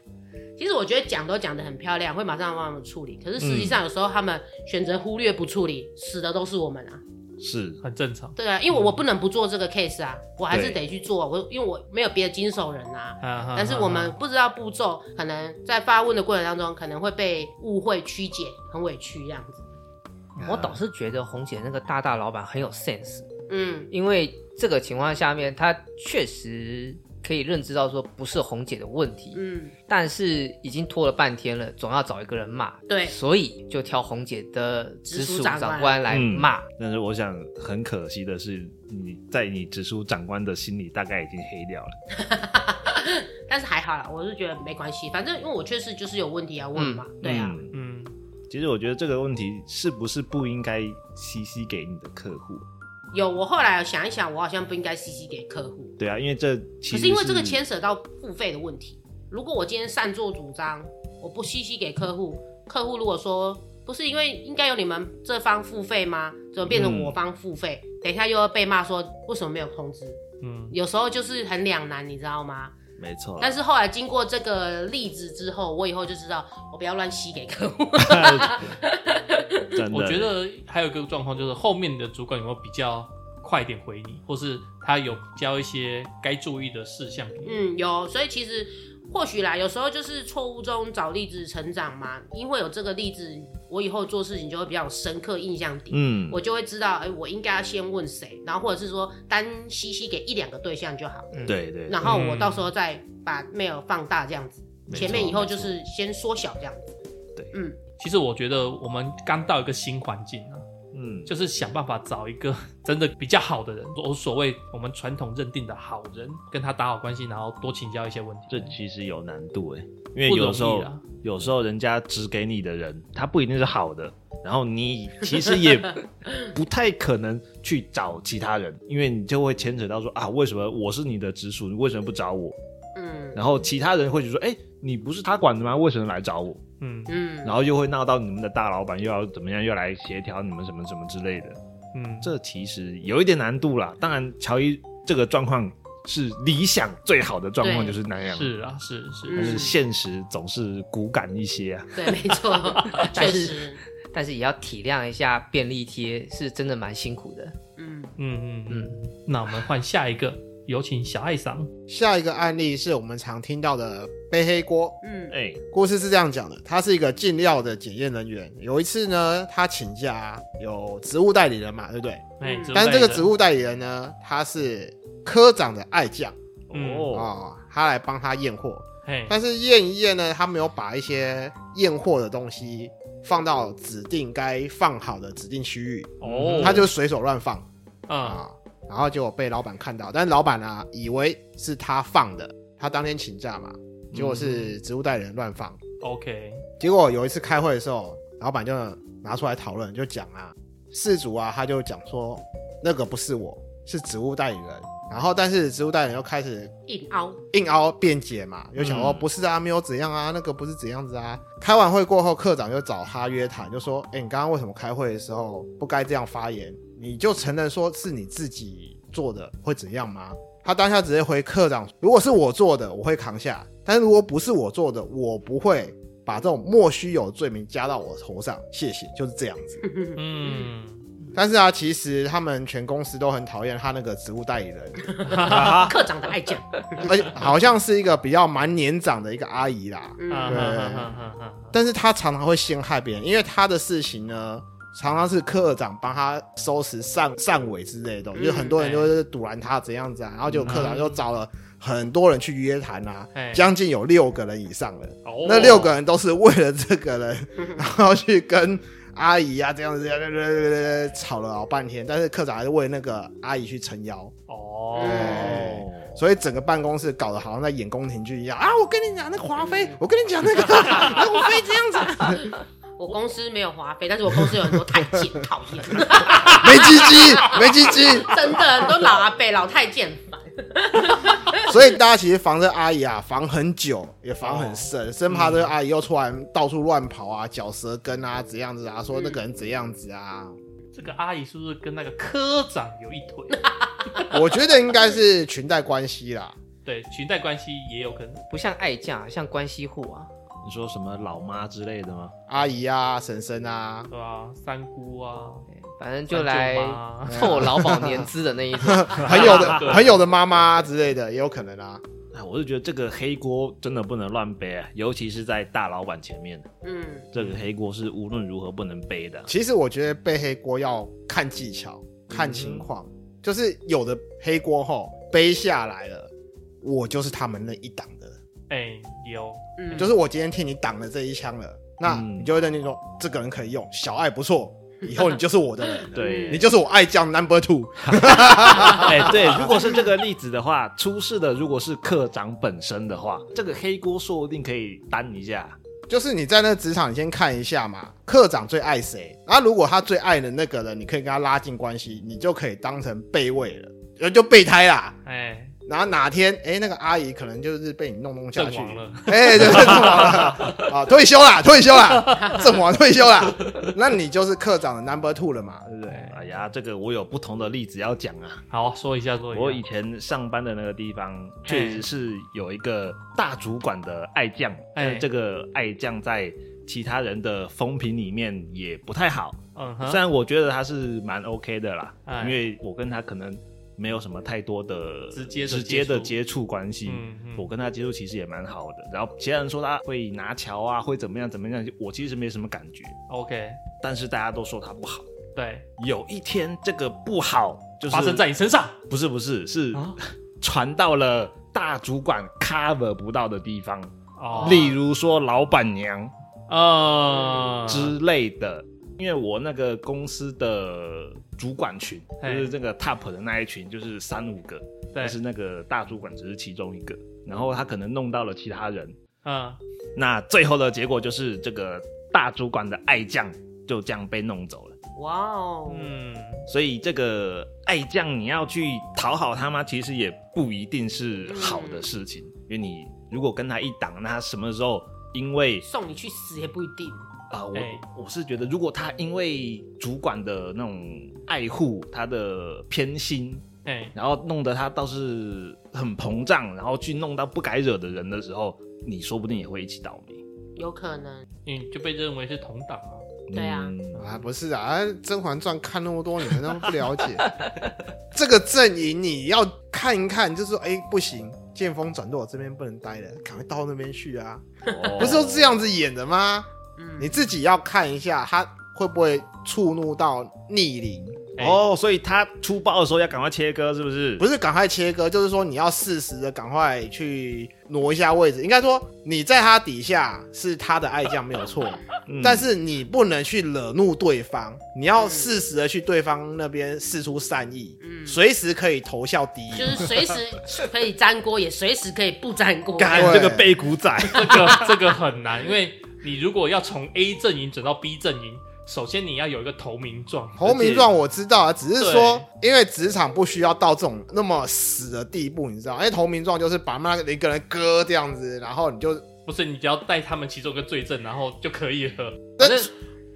S4: 其实我觉得讲都讲得很漂亮，会马上帮我们处理，可是实际上有时候他们选择忽略不处理，死的都是我们啊。
S2: 是
S5: 很正常
S4: 对啊，因为我不能不做这个 case 啊，我还是
S2: 对嗯
S4: 得去做，我因为我没有别的经手人啊。
S5: 啊，
S4: 但是我们不知道步骤，可能在发问的过程当中，可能会被误会、曲解，很委屈这样子。
S1: 我倒是觉得红姐那个大大老板很有 sense，
S4: 嗯，
S1: 因为这个情况下面，他确实可以认知到说不是红姐的问题，
S4: 嗯
S1: 但是已经拖了半天了，总要找一个人骂，，
S4: 对，
S1: 所以就挑红姐的直
S4: 直属
S1: 属
S4: 长
S1: 长
S4: 官
S1: 官来骂。
S2: 但是我想，很可惜的是，你在你直属长官的心里大概已经黑掉了。
S4: 但是还好啦，我是觉得没关系，反正因为我确实就是有问题要问嘛，对啊，
S2: 嗯
S5: 嗯
S2: 其实我觉得这个问题是不是不应该吸吸给你的客户？
S4: 有我后来想一想，我好像不应该 CC 给客户，
S2: 对啊，因为这其
S4: 可
S2: 实
S4: 是因为这个牵扯到付费的问题，如果我今天擅作主张，我不 CC 给客户，客户如果说不是因为应该由你们这方付费吗？怎么变成我方付费？
S2: 嗯
S4: 等一下又要被骂说为什么没有通知，
S5: 嗯
S4: 有时候就是很两难，你知道吗？
S2: 没错， *laughs*
S4: 但是后来经过这个例子之后，我以后就知道我不要乱吸给客户。 *laughs*
S2: 真的，
S5: 我觉得还有一个状况就是，后面的主管有没有比较快点回你，或是他有教一些该注意的事项给你？
S4: 嗯，有，所以其实或许啦，有时候就是错误中找例子成长嘛。因为有这个例子，我以后做事情就会比较有深刻印象点，
S2: 嗯，
S4: 我就会知道，哎、我应该要先问谁，然后或者是说单吸吸给一两个对象就好，
S1: 嗯，
S2: 对对，
S4: 然后我到时候再把 mail 放大这样子，
S2: 没错
S4: 前面以后就是先缩小这样子。
S2: 对
S4: 嗯，
S5: 其实我觉得我们刚到一个新环境啊， *laughs*
S2: 嗯，
S5: 就是想办法找一个 *laughs* 真的比较好的人，我所谓我们传统认定的好人，跟他打好关系，然后多请教一些问题。
S2: 这其实有难度哎，因为
S5: 不容易
S2: 有
S5: 啊
S2: 时
S4: 啊
S2: 候
S5: 啦
S2: 有时候人家指给你的人，他不一定是好的，然后你其实也不太可能去找其他人，因为你就会牵扯到说啊，为什么我是你的直属，你为什么不找我？
S4: 嗯
S2: 然后其他人会觉得说，哎、你不是他管的吗？为什么来找我？
S5: 嗯
S4: 嗯，
S2: 然后又会闹到你们的大老板又要怎么样，又来协调你们什么什么之类的。
S5: 嗯，
S2: 这其实有一点难度啦。当然，乔伊这个状况是理想最好的状况，就
S4: 对
S2: 是那样。
S5: 是啊，是是
S2: 但
S4: 嗯
S2: 是现实总是骨感一些啊。
S4: 对，没
S2: *laughs*
S4: 错，确
S1: 但是
S4: 实，
S1: 但是也要体谅一下便利贴是真的蛮辛苦的。
S4: 嗯，
S5: 嗯嗯嗯。那我们换下一个有请小爱桑。
S3: 下一个案例是我们常听到的背黑锅。
S4: 嗯，
S2: 哎，
S3: 故事是这样讲的，他是一个进料的检验人员。有一次呢，他请假，有职务代理人嘛，对不对？
S5: 哎、
S4: 嗯
S5: 植物
S3: 但是这个
S5: 代理人
S3: 职务代理人呢，他是科长的爱将
S5: 嗯
S2: 哦，
S3: 哦，他来帮他验货。
S5: 哎，
S3: 但是验一验呢，他没有把一些验货的东西放到指定该放好的指定区域，
S2: 嗯
S5: 哦，
S3: 他就随手乱放
S5: 嗯，
S3: 啊、然后结果被老板看到，但老板啊以为是他放的，他当天请假嘛，结果是职务代理人乱放。
S5: OK，
S3: 结果有一次开会的时候，老板就拿出来讨论，就讲啊，事主啊，他就讲说那个不是我，是职务代理人。然后，但是职务代理人又开始
S4: 硬凹，
S3: 硬凹辩解嘛，就想说、
S5: 嗯
S3: 不是啊，没有怎样啊，那个不是怎样子啊。开完会过后，科长就找他约谈，就说：“哎，你刚刚为什么开会的时候不该这样发言？你就承认说是你自己做的，会怎样吗？”他当下直接回科长：“如果是我做的，我会扛下；但是如果不是我做的，我不会把这种莫须有的罪名加到我头上。”谢谢，就是这样子。
S5: 嗯，
S3: 但是啊，其实他们全公司都很讨厌他那个职务代理人，
S2: 啊
S4: *laughs* 科长的爱将，
S3: 而且好像是一个比较蛮年长的一个阿姨啦。
S5: 啊
S4: 嗯，
S5: 哈
S3: 对
S5: 哈哈哈哈
S3: 但是他常常会陷害别人，因为他的事情呢，常常是科长帮他收拾善善尾之类的东西，
S4: 嗯
S3: 就很多人就是堵拦他怎样子啊，然后就科长就找了很多人去约谈啊
S5: 嗯哎，
S3: 将近有六个人以上了，
S5: 哦
S3: 那六个人都是为了这个人， *laughs* 然后去跟。阿姨啊，这样子这样这样这样这样这样吵了老半天，但是科长还是为那个阿姨去撑腰，
S2: 嗯
S5: 哦，
S2: 哎
S3: 所以整个办公室搞得好像在演宫廷剧一样啊！我跟你讲，那个华妃，我跟你讲那
S5: *laughs*
S3: 个 *laughs* 啊那个华妃这样子，
S4: 我公司没有花费，但是我公司有很多太监，讨厌，
S3: 没鸡鸡，没鸡鸡。
S4: *laughs* 真的，很多老阿伯、老太监，烦
S3: 所以大家其实防这阿姨啊，防很久，也防很深，生怕这个阿姨又出来到处乱跑啊，嚼舌根啊，怎样子啊，说那个人怎样子啊。
S5: 这个阿姨是不是跟那个科长有一腿？
S3: 我觉得应该是裙带关系啦。
S5: 对，裙带关系也有可能。
S1: 不像爱将、啊，像关系户啊。
S2: 你说什么老妈之类的吗？
S3: 阿姨啊，婶婶
S5: *laughs*
S3: 啊，
S5: 对啊，三姑啊，
S1: 对哎反正就
S5: 三舅
S1: 来
S5: 妈啊
S1: 凑劳保年资的那一
S3: *laughs*
S1: 种。
S3: 朋友的
S5: 对
S3: 朋友的妈妈之类的也有可能啊。
S2: 哎，我是觉得这个黑锅真的不能乱背啊，尤其是在大老板前面，
S4: 嗯，
S2: 这个黑锅是无论如何不能背的。
S3: 其实我觉得背黑锅要看技巧、看情况，就是有的黑锅吼背下来了，我就是他们那一档的。
S5: 哎，有，
S4: 嗯
S3: 就是我今天替你挡了这一枪了，那
S2: 嗯
S3: 你就会认定说这个人可以用，小爱不错，以后你就是我的人了，
S2: 对，
S3: 你就是我爱将 number two。
S2: 哎、对，如果是这个例子的话，出事的如果是课长本身的话，这个黑锅说不定可以担一下。
S3: 就是你在那职场，你先看一下嘛，课长最爱谁？那如果他最爱的那个人，你可以跟他拉近关系，你就可以当成备位了，然后就备胎啦。
S5: 哎，
S3: 然后哪天，哎、那个阿姨可能就是被你弄弄下
S5: 阵
S3: 去，
S5: 亡了，
S3: 哎、对，阵亡了啊，退休啦，退休啦，阵亡退休啦，那你就是课长的 number two 了嘛，对不对？
S2: 哎呀，这个我有不同的例子要讲啊。
S5: 好说一下，啊说
S2: 我
S5: 一
S2: 以
S5: 下，
S2: 前上班的那个地方，确实是有一个大主管的爱将，但
S5: 哎
S2: 是这个爱将在其他人的风评里面也不太好。
S5: 嗯哼，
S2: 虽然我觉得他是蛮 OK 的啦，
S5: 哎
S2: 因为我跟他可能没有什么太多的
S5: 直接的
S2: 直接的接
S5: 接触
S2: 触关系。
S5: 嗯嗯
S2: 我跟他接触其实也蛮好的，然后其他人说他会拿桥啊，会怎么样怎么样，我其实没什么感觉，
S5: OK，
S2: 但是大家都说他不好。
S5: 对，
S2: 有一天这个不好就是
S5: 发生在你身上
S2: 不是不是，是
S5: 啊
S2: 传到了大主管 cover 不到的地方，
S5: 哦，
S2: 例如说老板娘
S5: 呃，
S2: 之类的。因为我那个公司的主管群，就
S5: 嘿
S2: 是这个 top 的那一群，就是三五个，
S5: 对
S2: 但是那个大主管只是其中一个，然后他可能弄到了其他人，
S5: 嗯，
S2: 那最后的结果就是这个大主管的爱将就这样被弄走了。
S4: 哇哦，
S5: 嗯，
S2: 所以这个爱将，你要去讨好他吗？其实也不一定是好的事情，因为你如果跟他一档，那他什么时候因为
S4: 送你去死也不一定，
S2: 啊、我、
S5: 哎
S2: 我是觉得，如果他因为主管的那种爱护，他的偏心，
S5: 哎，
S2: 然后弄得他倒是很膨胀，然后去弄到不该惹的人的时候，你说不定也会一起倒霉。
S4: 有可能，
S5: 你就被认为是同党啊，
S4: 对啊
S2: 嗯
S3: 啊，不是 *laughs* 啊，《甄嬛传》看那么多，你们都不了解。这个阵营你要看一看，就说哎、不行，剑锋转舵，我这边不能待了，赶快到那边去啊！
S2: 哦
S3: 不是都这样子演的吗？
S4: 嗯，
S3: 你自己要看一下，他会不会触怒到逆鳞？
S2: 哦，所以他出爆的时候要赶快切割，是不是？
S3: 不是赶快切割，就是说你要适时的赶快去挪一下位置。应该说你在他底下是他的爱将没有错，
S2: 嗯
S3: 但是你不能去惹怒对方，你要适时的去对方那边示出善意，
S4: 嗯
S3: 随时可以投效敌
S4: 就
S3: 意。
S4: 是随时 *laughs* 可以粘锅，也随时可以不粘锅。
S2: 干
S3: 对
S2: 这个背骨仔，
S5: 这个 *laughs* 这个很难，因为你如果要从 A 阵营转到 B 阵营，首先你要有一个投名状。
S3: 投名状我知道啊，只是说，因为职场不需要到这种那么死的地步，你知道？因为投名状就是把那一个人割这样子，然后你就
S5: 不是，你只要带他们其中一个罪证，然后就可以了。
S3: 但
S5: 反正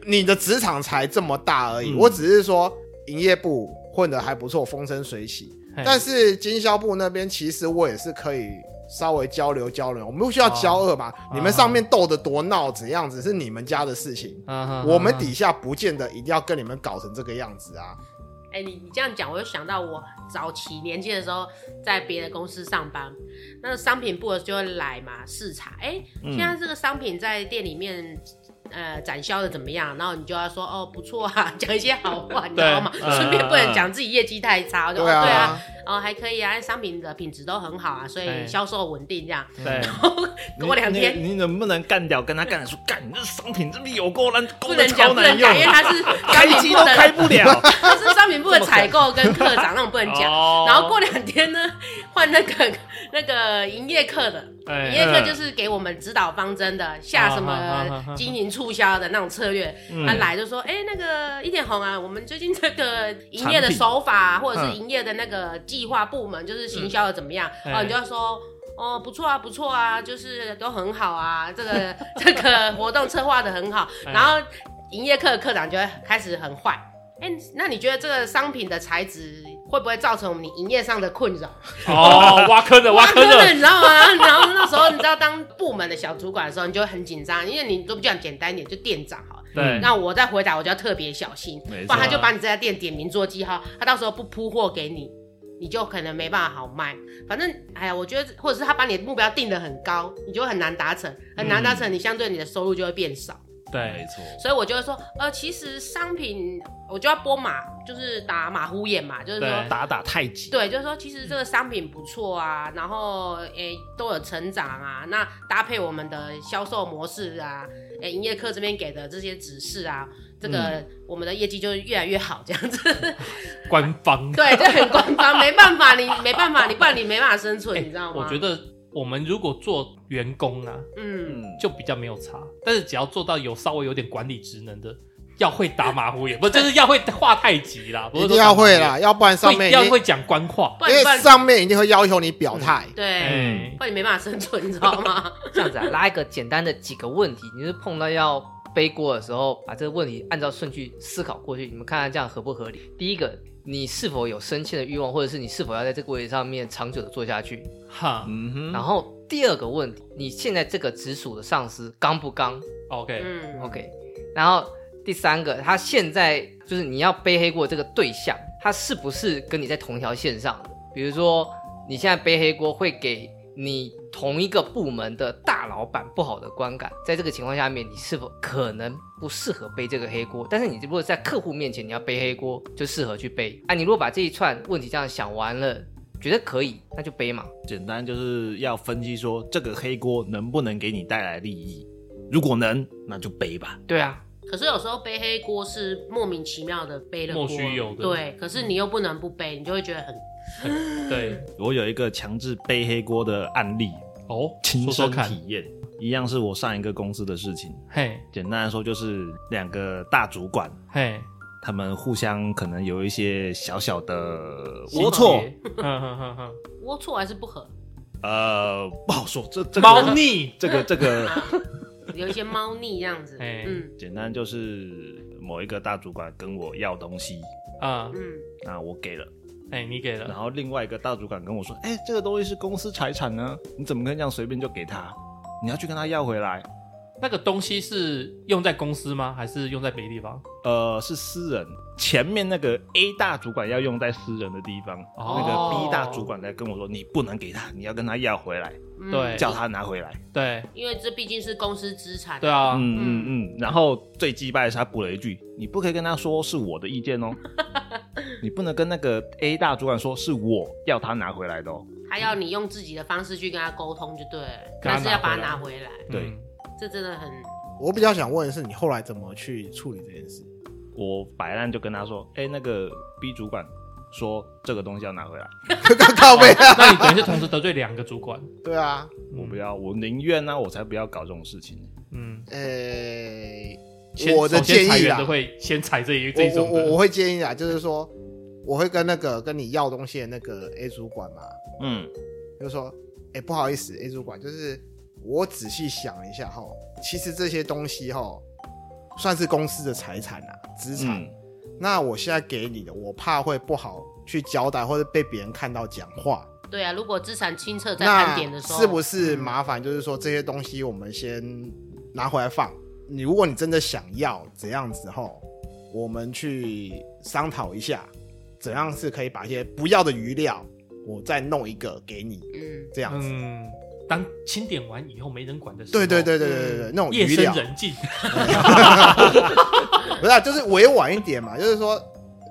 S3: 你的职场才这么大而已。
S2: 嗯
S3: 我只是说营业部混得还不错，风生水起。
S5: 嘿
S3: 但是经销部那边，其实我也是可以稍微交流交流，我们不需要交恶嘛。
S5: 哦
S3: 你们上面斗得多闹怎样子是你们家的事情，
S5: 啊嗯
S3: 我们底下不见得一定要跟你们搞成这个样子啊。
S4: 哎、你你这样讲，我就想到我早期年轻的时候在别的公司上班，那商品部的就会来嘛视察，哎、
S2: 嗯
S4: 现在这个商品在店里面。呃，展销的怎么样？然后你就要说哦，不错啊，讲一些好话，你知道吗？
S2: 嗯
S4: 顺便不能讲自己业绩太差，就哦对啊，
S3: 啊，
S4: 哦还可以啊，商品的品质都很好啊，所以
S5: 对
S4: 销售稳定这样。
S5: 对，
S2: 哎你
S4: 过两天
S2: 你你能不能干掉？跟他干说干，你这商品真的有够难，
S4: 不
S2: 功
S4: 能
S2: 能
S4: 讲，
S2: 超
S4: 不
S2: 难
S4: 能讲，
S2: 用啊
S4: 因为，它是
S2: *laughs* 开
S4: 商
S2: 机
S4: 品
S2: 都
S4: 部
S2: 开
S4: 的，
S2: 不了。
S4: 它是商品部的采购跟课长，那种不能讲。
S5: 哦
S4: 然后过两天呢，换那个那个营业课的，
S5: 哎啊
S4: 营业课就是给我们指导方针的，下什么经营促销的那种策略。
S5: 嗯
S4: 他来就说：“哎，那个一点红啊，我们最近这个营业的手法啊，或者是营业的那个计划部门，就是行销的怎么样？”
S5: 嗯
S4: 哦，你就要说。哦，不错啊，不错啊，就是都很好啊，这个这个活动策划的很好，
S5: 哎
S4: 然后营业课的课长就会开始很坏。哎、那你觉得这个商品的材质会不会造成你营业上的困扰？啊
S5: 哦，挖坑 *laughs* 的，挖坑
S4: 的，
S5: 的，
S4: 你知道吗？ *laughs* 然后那时候你知道当部门的小主管的时候，你就会很紧张，因为你都不讲简单一点，就店长好了。
S5: 对，
S3: 嗯
S4: 那我再回答，我就要特别小心，
S2: 没
S4: 不
S2: 错
S4: 然他就把你这家店点名做记号，他到时候不铺货给你，你就可能没办法好卖。反正哎呀，我觉得或者是他把你的目标定得很高，你就会很难达成，很难达成，
S5: 嗯
S4: 你相对你的收入就会变少。
S5: 对，
S2: 错，
S4: 所以我就会说，呃，其实商品我就要播马，就是打马虎眼嘛，就是说
S5: 对
S2: 打打太极，
S4: 对，就是说，其实这个商品不错啊，然后诶、都有成长啊，那搭配我们的销售模式啊，诶、营业课这边给的这些指示啊，这个、
S5: 嗯
S4: 我们的业绩就越来越好这样子。 *laughs*
S5: 官方。
S4: 对，这很官方，没办法，你没办法，你不然你没办法生存，你知道吗？
S5: 哎我觉，得我们如果做员工啊，
S4: 嗯，
S2: 嗯，
S5: 就比较没有差，但是只要做到有稍微有点管理职能的，要会打马虎眼，不就是要会画太极啦，不是
S3: 一定
S5: 说
S3: 要会
S5: 打马
S3: 啦，要不然
S5: 虎
S3: 上
S5: 眼，会
S3: 面
S5: 一
S3: 一
S5: 定
S3: 定
S5: 要会讲官话。
S4: 不然
S3: 因
S4: 不
S3: 为
S4: 然
S3: 上面一定会要求你表态。
S4: 对，
S3: 嗯
S5: 哎
S4: 不然你没办法生存，你知道
S5: *laughs*
S4: 吗？
S1: 这样子啊，拉一个简单的几个问题，你就是碰到要背锅的时候，把这个问题按照顺序思考过去，你们看看这样合不合理？第一个，你是否有升迁的欲望，或者是你是否要在这个位置上面长久的做下去？
S5: 哈
S2: 嗯哼，
S1: 然后第二个问题，你现在这个直属的上司刚不刚
S5: ，OK，
S4: 嗯，
S1: ？OK，然后第三个，他现在就是你要背黑锅这个对象，他是不是跟你在同一条线上的？比如说你现在背黑锅会给你同一个部门的大老板不好的观感，在这个情况下面，你是否可能不适合背这个黑锅？但是你如果在客户面前你要背黑锅，就适合去背。啊，你如果把这一串问题这样想完了，觉得可以，那就背嘛。
S2: 简单就是要分析说这个黑锅能不能给你带来利益，如果能，那就背吧。
S1: 对啊，
S4: 可是有时候背黑锅是莫名其妙的背了锅，
S5: 莫须有的
S4: 对，可是你又不能不背，你就会觉得很嗯
S5: 对，
S2: 我有一个强制背黑锅的案例，
S5: 哦，
S2: 亲
S5: 说说
S2: 身
S5: 看，
S2: 体验，一样是我上一个公司的事情。
S5: 嘿，
S2: 简单来说，就是两个大主管，
S5: 嘿，
S2: 他们互相可能有一些小小的
S5: 细节
S2: 龌龊，，
S5: 哼嗯哼哼哼
S3: *laughs*
S4: 龌龊还是不合，
S2: 呃，不好说。这这个
S5: 猫腻，
S2: 这个这个，
S4: 有一些猫腻这样子。
S5: 哎
S4: 嗯
S2: 简单就是某一个大主管跟我要东西，
S5: 啊，
S4: 嗯，
S2: 那我给了。
S5: 哎，你给
S2: 然
S5: 了，
S2: 后另外一个大主管跟我说：“哎、啊这个东西是公司财产呢，你怎么可以这样随便就给他？你要去跟他要回来。”
S5: 那个东西是用在公司吗？还是用在别的地方？
S2: 呃，是私人。前面那个 A 大主管要用在私人的地方，
S5: 哦
S2: 那个 B 大主管来跟我说，你不能给他，你要跟他要回来，
S4: 嗯
S5: 对
S2: 叫他拿回来。
S5: 对
S4: 因为这毕竟是公司资产。
S5: 对啊，
S2: 嗯嗯嗯。然后最鸡掰的是他补了一句，你不可以跟他说是我的意
S1: *laughs*
S2: 见哦，你不能跟那个 A 大主管说是我要他拿回来的哦。
S4: 他要你用自己的方式去跟他沟通就对了，
S5: 跟他
S4: 但是要把它
S5: 拿
S4: 拿回来，
S2: 对
S5: 嗯
S4: 这真的很
S3: 我比较想问的是，你后来怎么去处理这件事？
S2: 我摆烂就跟他说，哎，那个 B 主管说这个东西要拿回来，
S3: 靠背啊，
S5: 那你等于是同时得罪两个主
S3: *laughs*
S5: 管。
S3: 对啊，
S2: 我不要，我宁愿啊呢、我才不要搞这种事情。
S5: 嗯，
S3: 呃、
S5: 先
S3: 我的
S5: 首先
S3: 建
S5: 裁
S3: 议
S5: 员
S3: 啦
S5: 的，会先踩这一这一
S3: 我我
S5: 种
S3: 我我
S5: 的。
S3: 会建议啊，就是说，我会跟那个跟你要东西的那个 A 主管嘛，
S2: 嗯，
S3: 就说，哎、不好意思，A 主管，就是我仔细想了一下哈，其实这些东西哈，算是公司的财产啊，资产。
S2: 嗯
S3: 那我现在给你的，我怕会不好去交代，或者被别人看到讲话。
S4: 对啊。如果资产清册在盘
S3: 那
S4: 点的时候，
S3: 是不是麻烦？就是说这些东西我们先拿回来放。你如果你真的想要怎样子后，我们去商讨一下，怎样是可以把一些不要的余料，我再弄一个给你，
S4: 嗯，
S3: 这样子。
S5: 嗯，当清点完以后没人管的时候，
S3: 对对，对对对对对，那种
S5: 嗯夜
S3: 余
S5: 深
S3: 料
S5: 人静，
S3: 不是啊、就是委婉一点嘛，就是说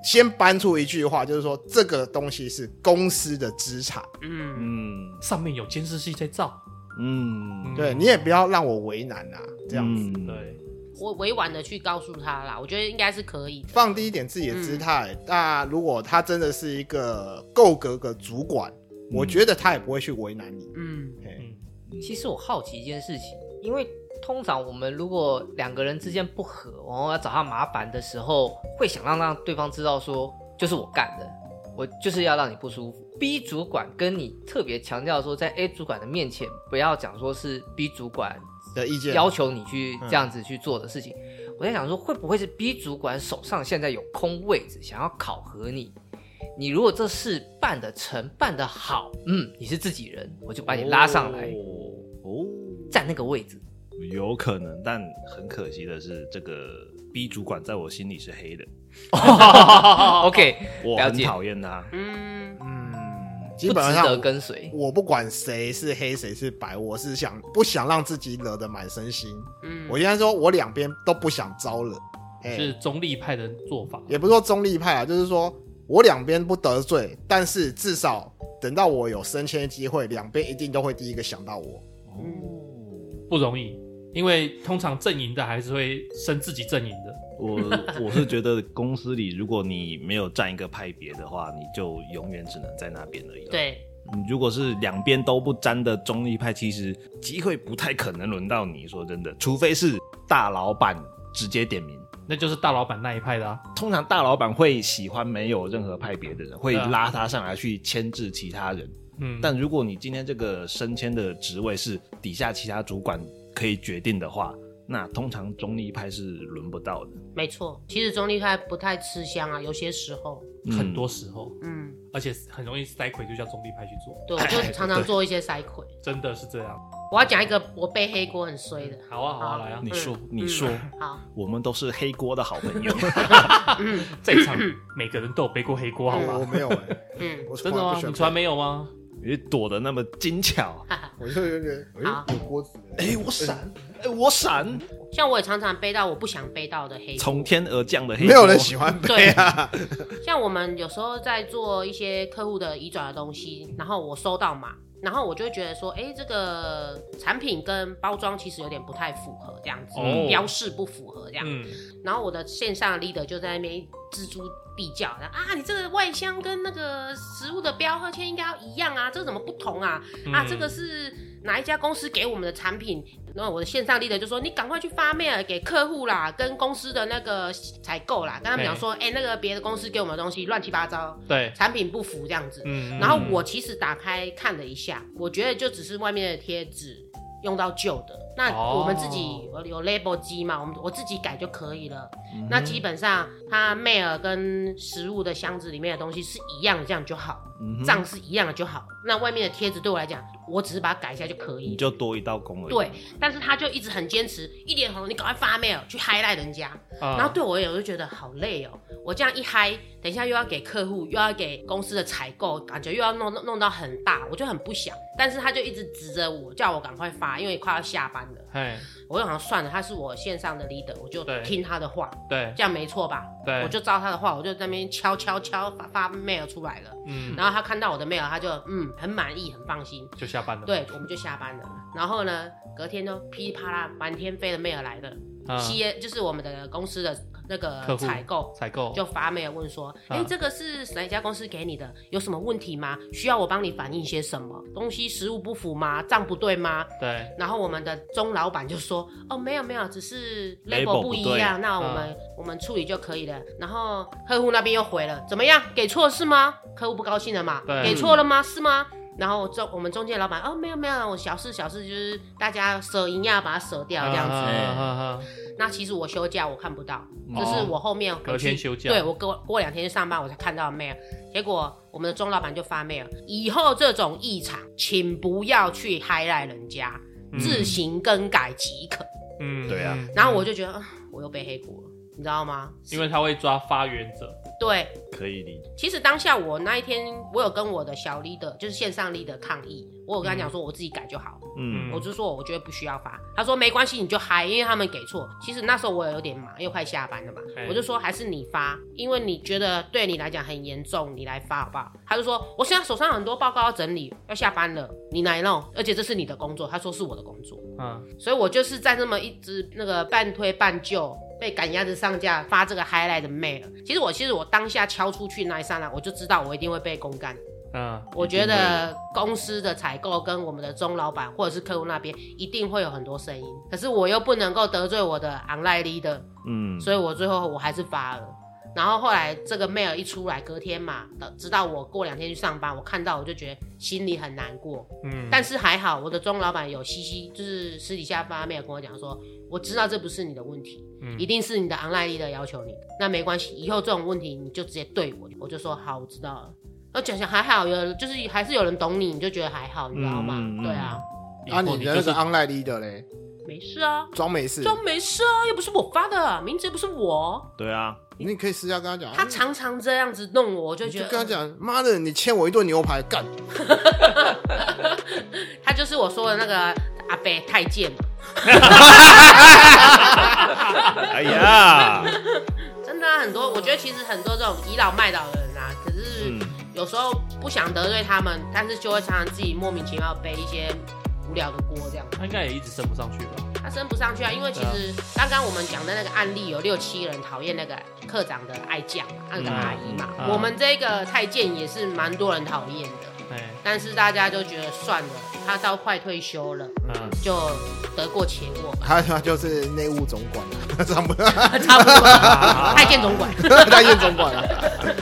S3: 先搬出一句话，就是说这个东西是公司的资产，
S4: 嗯，
S2: 嗯
S5: 上面有监视器在照。
S2: 嗯
S5: 嗯
S3: 对你也不要让我为难啊，这样子、
S2: 嗯
S5: 对，
S4: 我委婉的去告诉他啦，我觉得应该是可以的。
S3: 放低一点自己的姿态。那如果他真的是一个够格的主管，我觉得他也不会去为难你。
S4: 嗯，
S3: 嘿
S5: 嗯，
S1: 其实我好奇一件事情，因为通常我们如果两个人之间不和，然后要找他麻烦的时候，会想让让对方知道说，就是我干的，我就是要让你不舒服。B 主管跟你特别强调说，在 A 主管的面前不要讲说是 B 主管
S3: 的意见
S1: 要求你去这样子去做的事情。我在想说，会不会是 B 主管手上现在有空位置，想要考核你？你如果这事办得成、办得好，嗯，你是自己人，我就把你拉上来。
S2: 哦，
S1: 站那个位
S3: *laughs*
S1: 置。
S2: 有可能，但很可惜的是，这个 B 主管在我心里是黑的，
S1: 哦 OK，
S2: 我
S1: 了
S2: 很
S1: 解，
S2: 讨厌他。
S4: 嗯，
S3: 嗯，基
S1: 不
S3: 本
S1: 值
S3: 上
S1: 得跟随。
S3: 我不管谁是黑谁是白，我是想不想让自己惹得满身腥。
S4: 嗯，
S3: 我应该说，我两边都不想招惹。嘿
S5: 是中立派的做法。
S3: 也不是说中立派啊，就是说我两边不得罪，但是至少等到我有升迁的机会，两边一定都会第一个想到我。
S2: 哦，
S5: 不容易，因为通常阵营的还是会升自己阵营的。
S2: 我 *laughs* 我是觉得公司里，如果你没有站一个派别的话，你就永远只能在那边而已。，
S4: 对，
S2: 你如果是两边都不沾的中立派，其实机会不太可能轮到你。说真的，除非是大老板直接点名。
S5: 那就是大老板那一派的、啊，
S2: 通常大老板会喜欢没有任何派别的人，会
S5: 对啊
S2: 拉他上来去牵制其他人。
S5: 嗯，
S2: 但如果你今天这个升迁的职位是底下其他主管可以决定的话，那通常中立派是轮不到的。
S4: 没错。其实中立派不太吃香啊，有些时候，
S5: 很多时候，
S4: 嗯，
S5: 而且很容易塞亏，就叫中立派去做，
S4: 对，我
S3: 哎
S4: 就常常做一些塞亏。
S5: 真的是这样。
S4: 我要讲一个我背黑锅很衰的。
S5: 好啊，好啊，
S4: 好
S5: 来啊
S2: 你，说
S4: 嗯，
S2: 你说，
S4: 好，
S2: 我们都是黑锅的好朋
S3: *laughs*
S2: 友。
S4: 嗯
S5: 这一场每个人都有背过黑锅，好
S3: 我
S5: 吗？
S3: 没有、欸，
S4: 嗯，
S3: 我从
S5: 真的
S3: 来
S5: 吗
S3: 不？喜
S5: 你
S3: 欢
S5: 从来没有吗？
S2: 你躲得那么精巧，
S4: 哈哈。
S3: 我就有点
S4: 好
S3: 哎，有锅子了。
S2: 哎、我闪，哎、我闪，
S4: 像我也常常背到我不想背到的黑锅。
S2: 从天而降的黑锅。
S3: 没有人喜欢背啊，
S4: 像我们有时候在做一些客户的移转的东西，然后我收到嘛，然后我就会觉得说，哎，这个产品跟包装其实有点不太符合这样子，
S5: 哦
S4: 标示不符合这样。
S5: 嗯，
S4: 然后我的线上的 leader 就在那边锱铢必较，然后啊，你这个外箱跟那个食物的标签应该要一样啊，这个怎么不同啊？啊，
S5: 嗯
S4: 这个是哪一家公司给我们的产品？然后我的线上 leader 就说，你赶快去发 mail 给客户啦，跟公司的那个采购啦，跟他们讲说，哎、那个别的公司给我们的东西乱七八糟，
S5: 对，
S4: 产品不符这样子。
S5: 嗯，
S4: 然后我其实打开看了一下，我觉得就只是外面的贴纸用到旧的，那
S5: 哦
S4: 我们自己有有 label 机嘛，我们我自己改就可以了。
S5: 嗯
S4: 那基本上它 mail 跟食物的箱子里面的东西是一样，这样就好。
S2: 嗯哼
S4: 账是一样的就好。那外面的贴纸对我来讲，我只是把它改一下就可以
S2: 你。嗯就多一道工而已。
S4: 对，，但是他就一直很坚持，一脸红，你赶快发 mail 去 highlight 人家。
S5: 啊
S4: 然后对我而言，我就觉得好累哦。我这样一嗨，等一下又要给客户，又要给公司的采购，感觉又要弄弄弄到很大，我就很不想。但是他就一直指着我，叫我赶快发，因为快要下班了。
S5: 嘿，
S4: 我就好像算了，他是我线上的 leader，我就
S5: 对
S4: 听他的话，
S5: 对
S4: 这样没错吧？
S5: 对，
S4: 我就照他的话，我就在那边敲敲敲发发 mail 出来了。
S5: 嗯，
S4: 然后他看到我的 mail，他就嗯很满意，很放心。
S5: 就下班了。
S4: 对，我们就下班了。然后呢，隔天都噼里啪啦满天飞的 mail 来了，
S5: 啊，
S4: 企、就是我们的公司的那
S5: 客
S4: 个
S5: 户
S4: 采购。
S5: 采购
S4: 就发 mail 问说，
S5: 啊
S4: 哎、这个是哪一家公司给你的？有什么问题吗？需要我帮你反映些什么？东西食物不符吗？账不对吗？
S5: 对，
S4: 然后我们的钟老板就说：“ *laughs* 哦，没有没有，只是
S2: Label
S4: label
S2: 不
S4: 不一
S2: 对
S4: 样，那我们、我们处理就可以了。”然后客户那边又回了：“怎么样？给错是吗？”客户不高兴了嘛？
S5: 对
S4: 给错了吗？是吗？然后中我们中间老板：“哦，没有没有，我小事小事，就是大家舍一样把它舍掉这样子。
S5: 啊
S2: 哎
S5: 啊啊啊
S4: 那其实我休假我看不到，
S2: 嗯
S4: 就是我后面
S5: 哦隔
S4: 回去
S5: 天休假
S4: 对我过过两天去上班我才看到 mail，结果我们的钟老板就发 mail，以后这种异常请不要去 highlight 人家，
S5: 嗯
S4: 自行更改即可。
S5: 嗯，
S2: 对啊
S5: 嗯，
S4: 然后我就觉得、啊我又被黑锅了，你知道吗？
S5: 因为他会抓发源者，
S4: 对，
S2: 可以理解。
S4: 其实当下我那一天我有跟我的小 leader 就是线上 leader 抗议，我有跟他讲说我自己改就好，
S2: 嗯，
S5: 嗯
S4: 我就说我觉得不需要发，他说没关系，你就嗨，因为他们给错。其实那时候我也有点忙，因为快下班了嘛
S5: 嘿，
S4: 我就说还是你发，因为你觉得对你来讲很严重，你来发好不好？他就说我现在手上很多报告要整理，要下班了，你来弄，而且这是你的工作。他说是我的工作，
S5: 嗯，
S4: 所以我就是在这么一直那个半推半就。被赶鸭子上架发这个 highlight 的 mail，其实我其实我当下敲出去那一刹那，我就知道我一定会被公干，
S5: 嗯，
S4: 我觉得公司的采购跟我们的中老板或者是客户那边一定会有很多声音，可是我又不能够得罪我的 online leader，
S2: 嗯，
S4: 所以我最后我还是发了。然后后来这个 mail 一出来，隔天嘛，到直到我过两天去上班，我看到我就觉得心里很难过。
S5: 嗯，
S4: 但是还好，我的中老板有嘻嘻，就是私底下发 mail 跟我讲说，我知道这不是你的问题，
S5: 嗯
S4: 一定是你的 online leader 要求你的。那没关系，以后这种问题你就直接对我，我就说好，我知道了。那讲讲还好，有就是还是有人懂你，你就觉得还好，你知道吗？
S2: 嗯嗯嗯
S4: 对啊，
S5: 以
S3: 啊，
S5: 后
S3: 你
S5: 你
S3: 的
S5: 就
S3: 那
S5: 是
S3: 个 online leader 嘞，
S4: 没事啊，
S3: 装没事，
S4: 装没事啊，又不是我发的，名字又不是我。
S2: 对啊，
S3: 你可以私下跟他讲，
S4: 他
S3: 嗯
S4: 常常这样子弄我，我就
S3: 你就
S4: 觉得
S3: 跟他讲，妈的，你欠我一顿牛排，干，
S4: 嗯他就是我说的那个阿伯太监嘛，
S2: 哎
S4: *laughs*
S2: 呀，
S4: 真的啊、很多，我觉得其实很多这种倚老卖老的人啊，可是。
S2: 嗯，
S4: 有时候不想得罪他们，但是就会常常自己莫名其妙背一些无聊的锅这样。
S5: 他应该也一直升不上去吧？
S4: 他升不上去啊，因为其实刚刚我们讲的那个案例有六七人讨厌那个科长的爱将嘛，那个阿姨嘛。
S5: 嗯嗯
S4: 我们这个太监也是蛮多人讨厌的，
S5: 哎，
S4: 但是大家就觉得算了，他到快退休了，
S5: 嗯，
S4: 就得过且过
S3: *laughs*
S4: 吧，
S3: 他他就是内务总管啊， *laughs* 上
S4: *laughs*
S3: 不
S4: 差不多。太监总管，
S3: 太监总管啊了，
S2: 对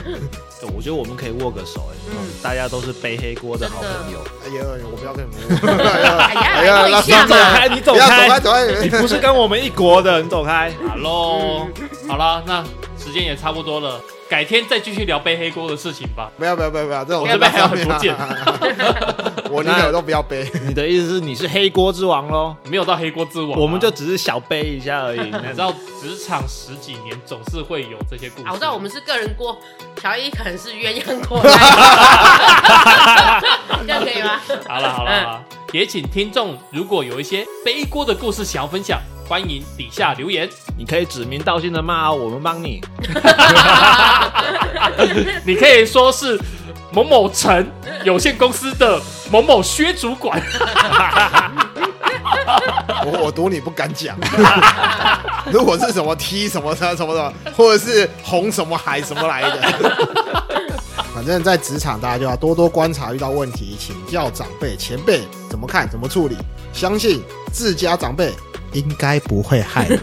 S2: 我觉得我们可以握个手，哎
S4: 嗯
S2: 大家都是背黑锅的好朋友。
S3: 哎呦，我不要跟你们握，哎
S4: 哎
S3: 呦
S4: 呀，
S3: 哎
S4: 来
S3: 呀
S4: 弄一
S3: 拉
S4: 下
S3: 上
S2: 走
S4: 嘛。
S2: 开，你走
S3: 不要走开
S2: 开，
S3: 走开，
S4: *laughs*
S2: 你不是跟我们一国的，你走
S3: *laughs*
S2: 开。
S5: 哈喽，好啦，那时间也差不多了，改天再继续聊背黑锅的事情吧。
S3: 不要不要不要不要，这种
S5: 我这边还哦有很多
S3: 件
S5: 件，
S3: 我宁可都不要背。
S2: 你的意思是你是黑锅之王喽？
S5: 没有到黑锅之王啊，
S2: 我们就只是小背一下而已，
S3: *laughs*
S2: 你
S5: 你知道，职场十几年总是会有这些故事。
S4: 啊，我知道我们是个人锅，乔伊可能是鸳鸯锅， *laughs* 这样可以吗？
S5: 好了好了
S4: 嗯
S5: 好了，也请听众如果有一些背锅的故事想要分享，欢迎底下
S4: *laughs*
S5: 留言。
S2: 你可以指名道姓的骂哦，我们帮你。
S5: 你可以说是某某城有限公司的某某薛主管。 *laughs*
S3: 我我赌你不敢讲。 *laughs* 如果是什么 T 什么什么什么什么，或者是红什么海什么来的， *laughs* 反正在职场大家就要多多观察，遇到问题请教长辈前辈怎么看怎么处理，相信自家长辈应该不会害你。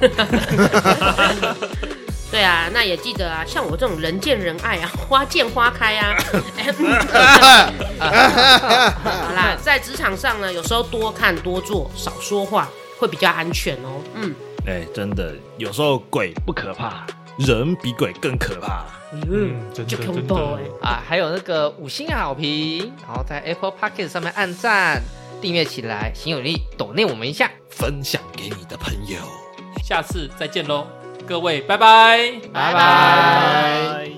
S4: 对啊，那也记得啊，像我这种人见人爱啊， *laughs* 花见花开啊。好啦，在职场上呢，有时候多看多做，少说话会比较安全哦。嗯，
S2: 哎，真的，有时候鬼不可怕，人比鬼更可怕。
S5: 嗯
S1: 嗯，，
S5: 真的
S4: 就
S5: 真
S4: 恐怖
S5: 的
S4: 哎，，
S1: 啊，还有那个五星好评，然后在 Apple Podcast 上面按赞、订阅起来，行有力抖内我们一下，
S2: 分享给你的朋友。
S5: 下次再见喽，各位，拜拜。
S1: 拜
S4: 拜
S1: 拜
S4: 拜。
S2: 拜。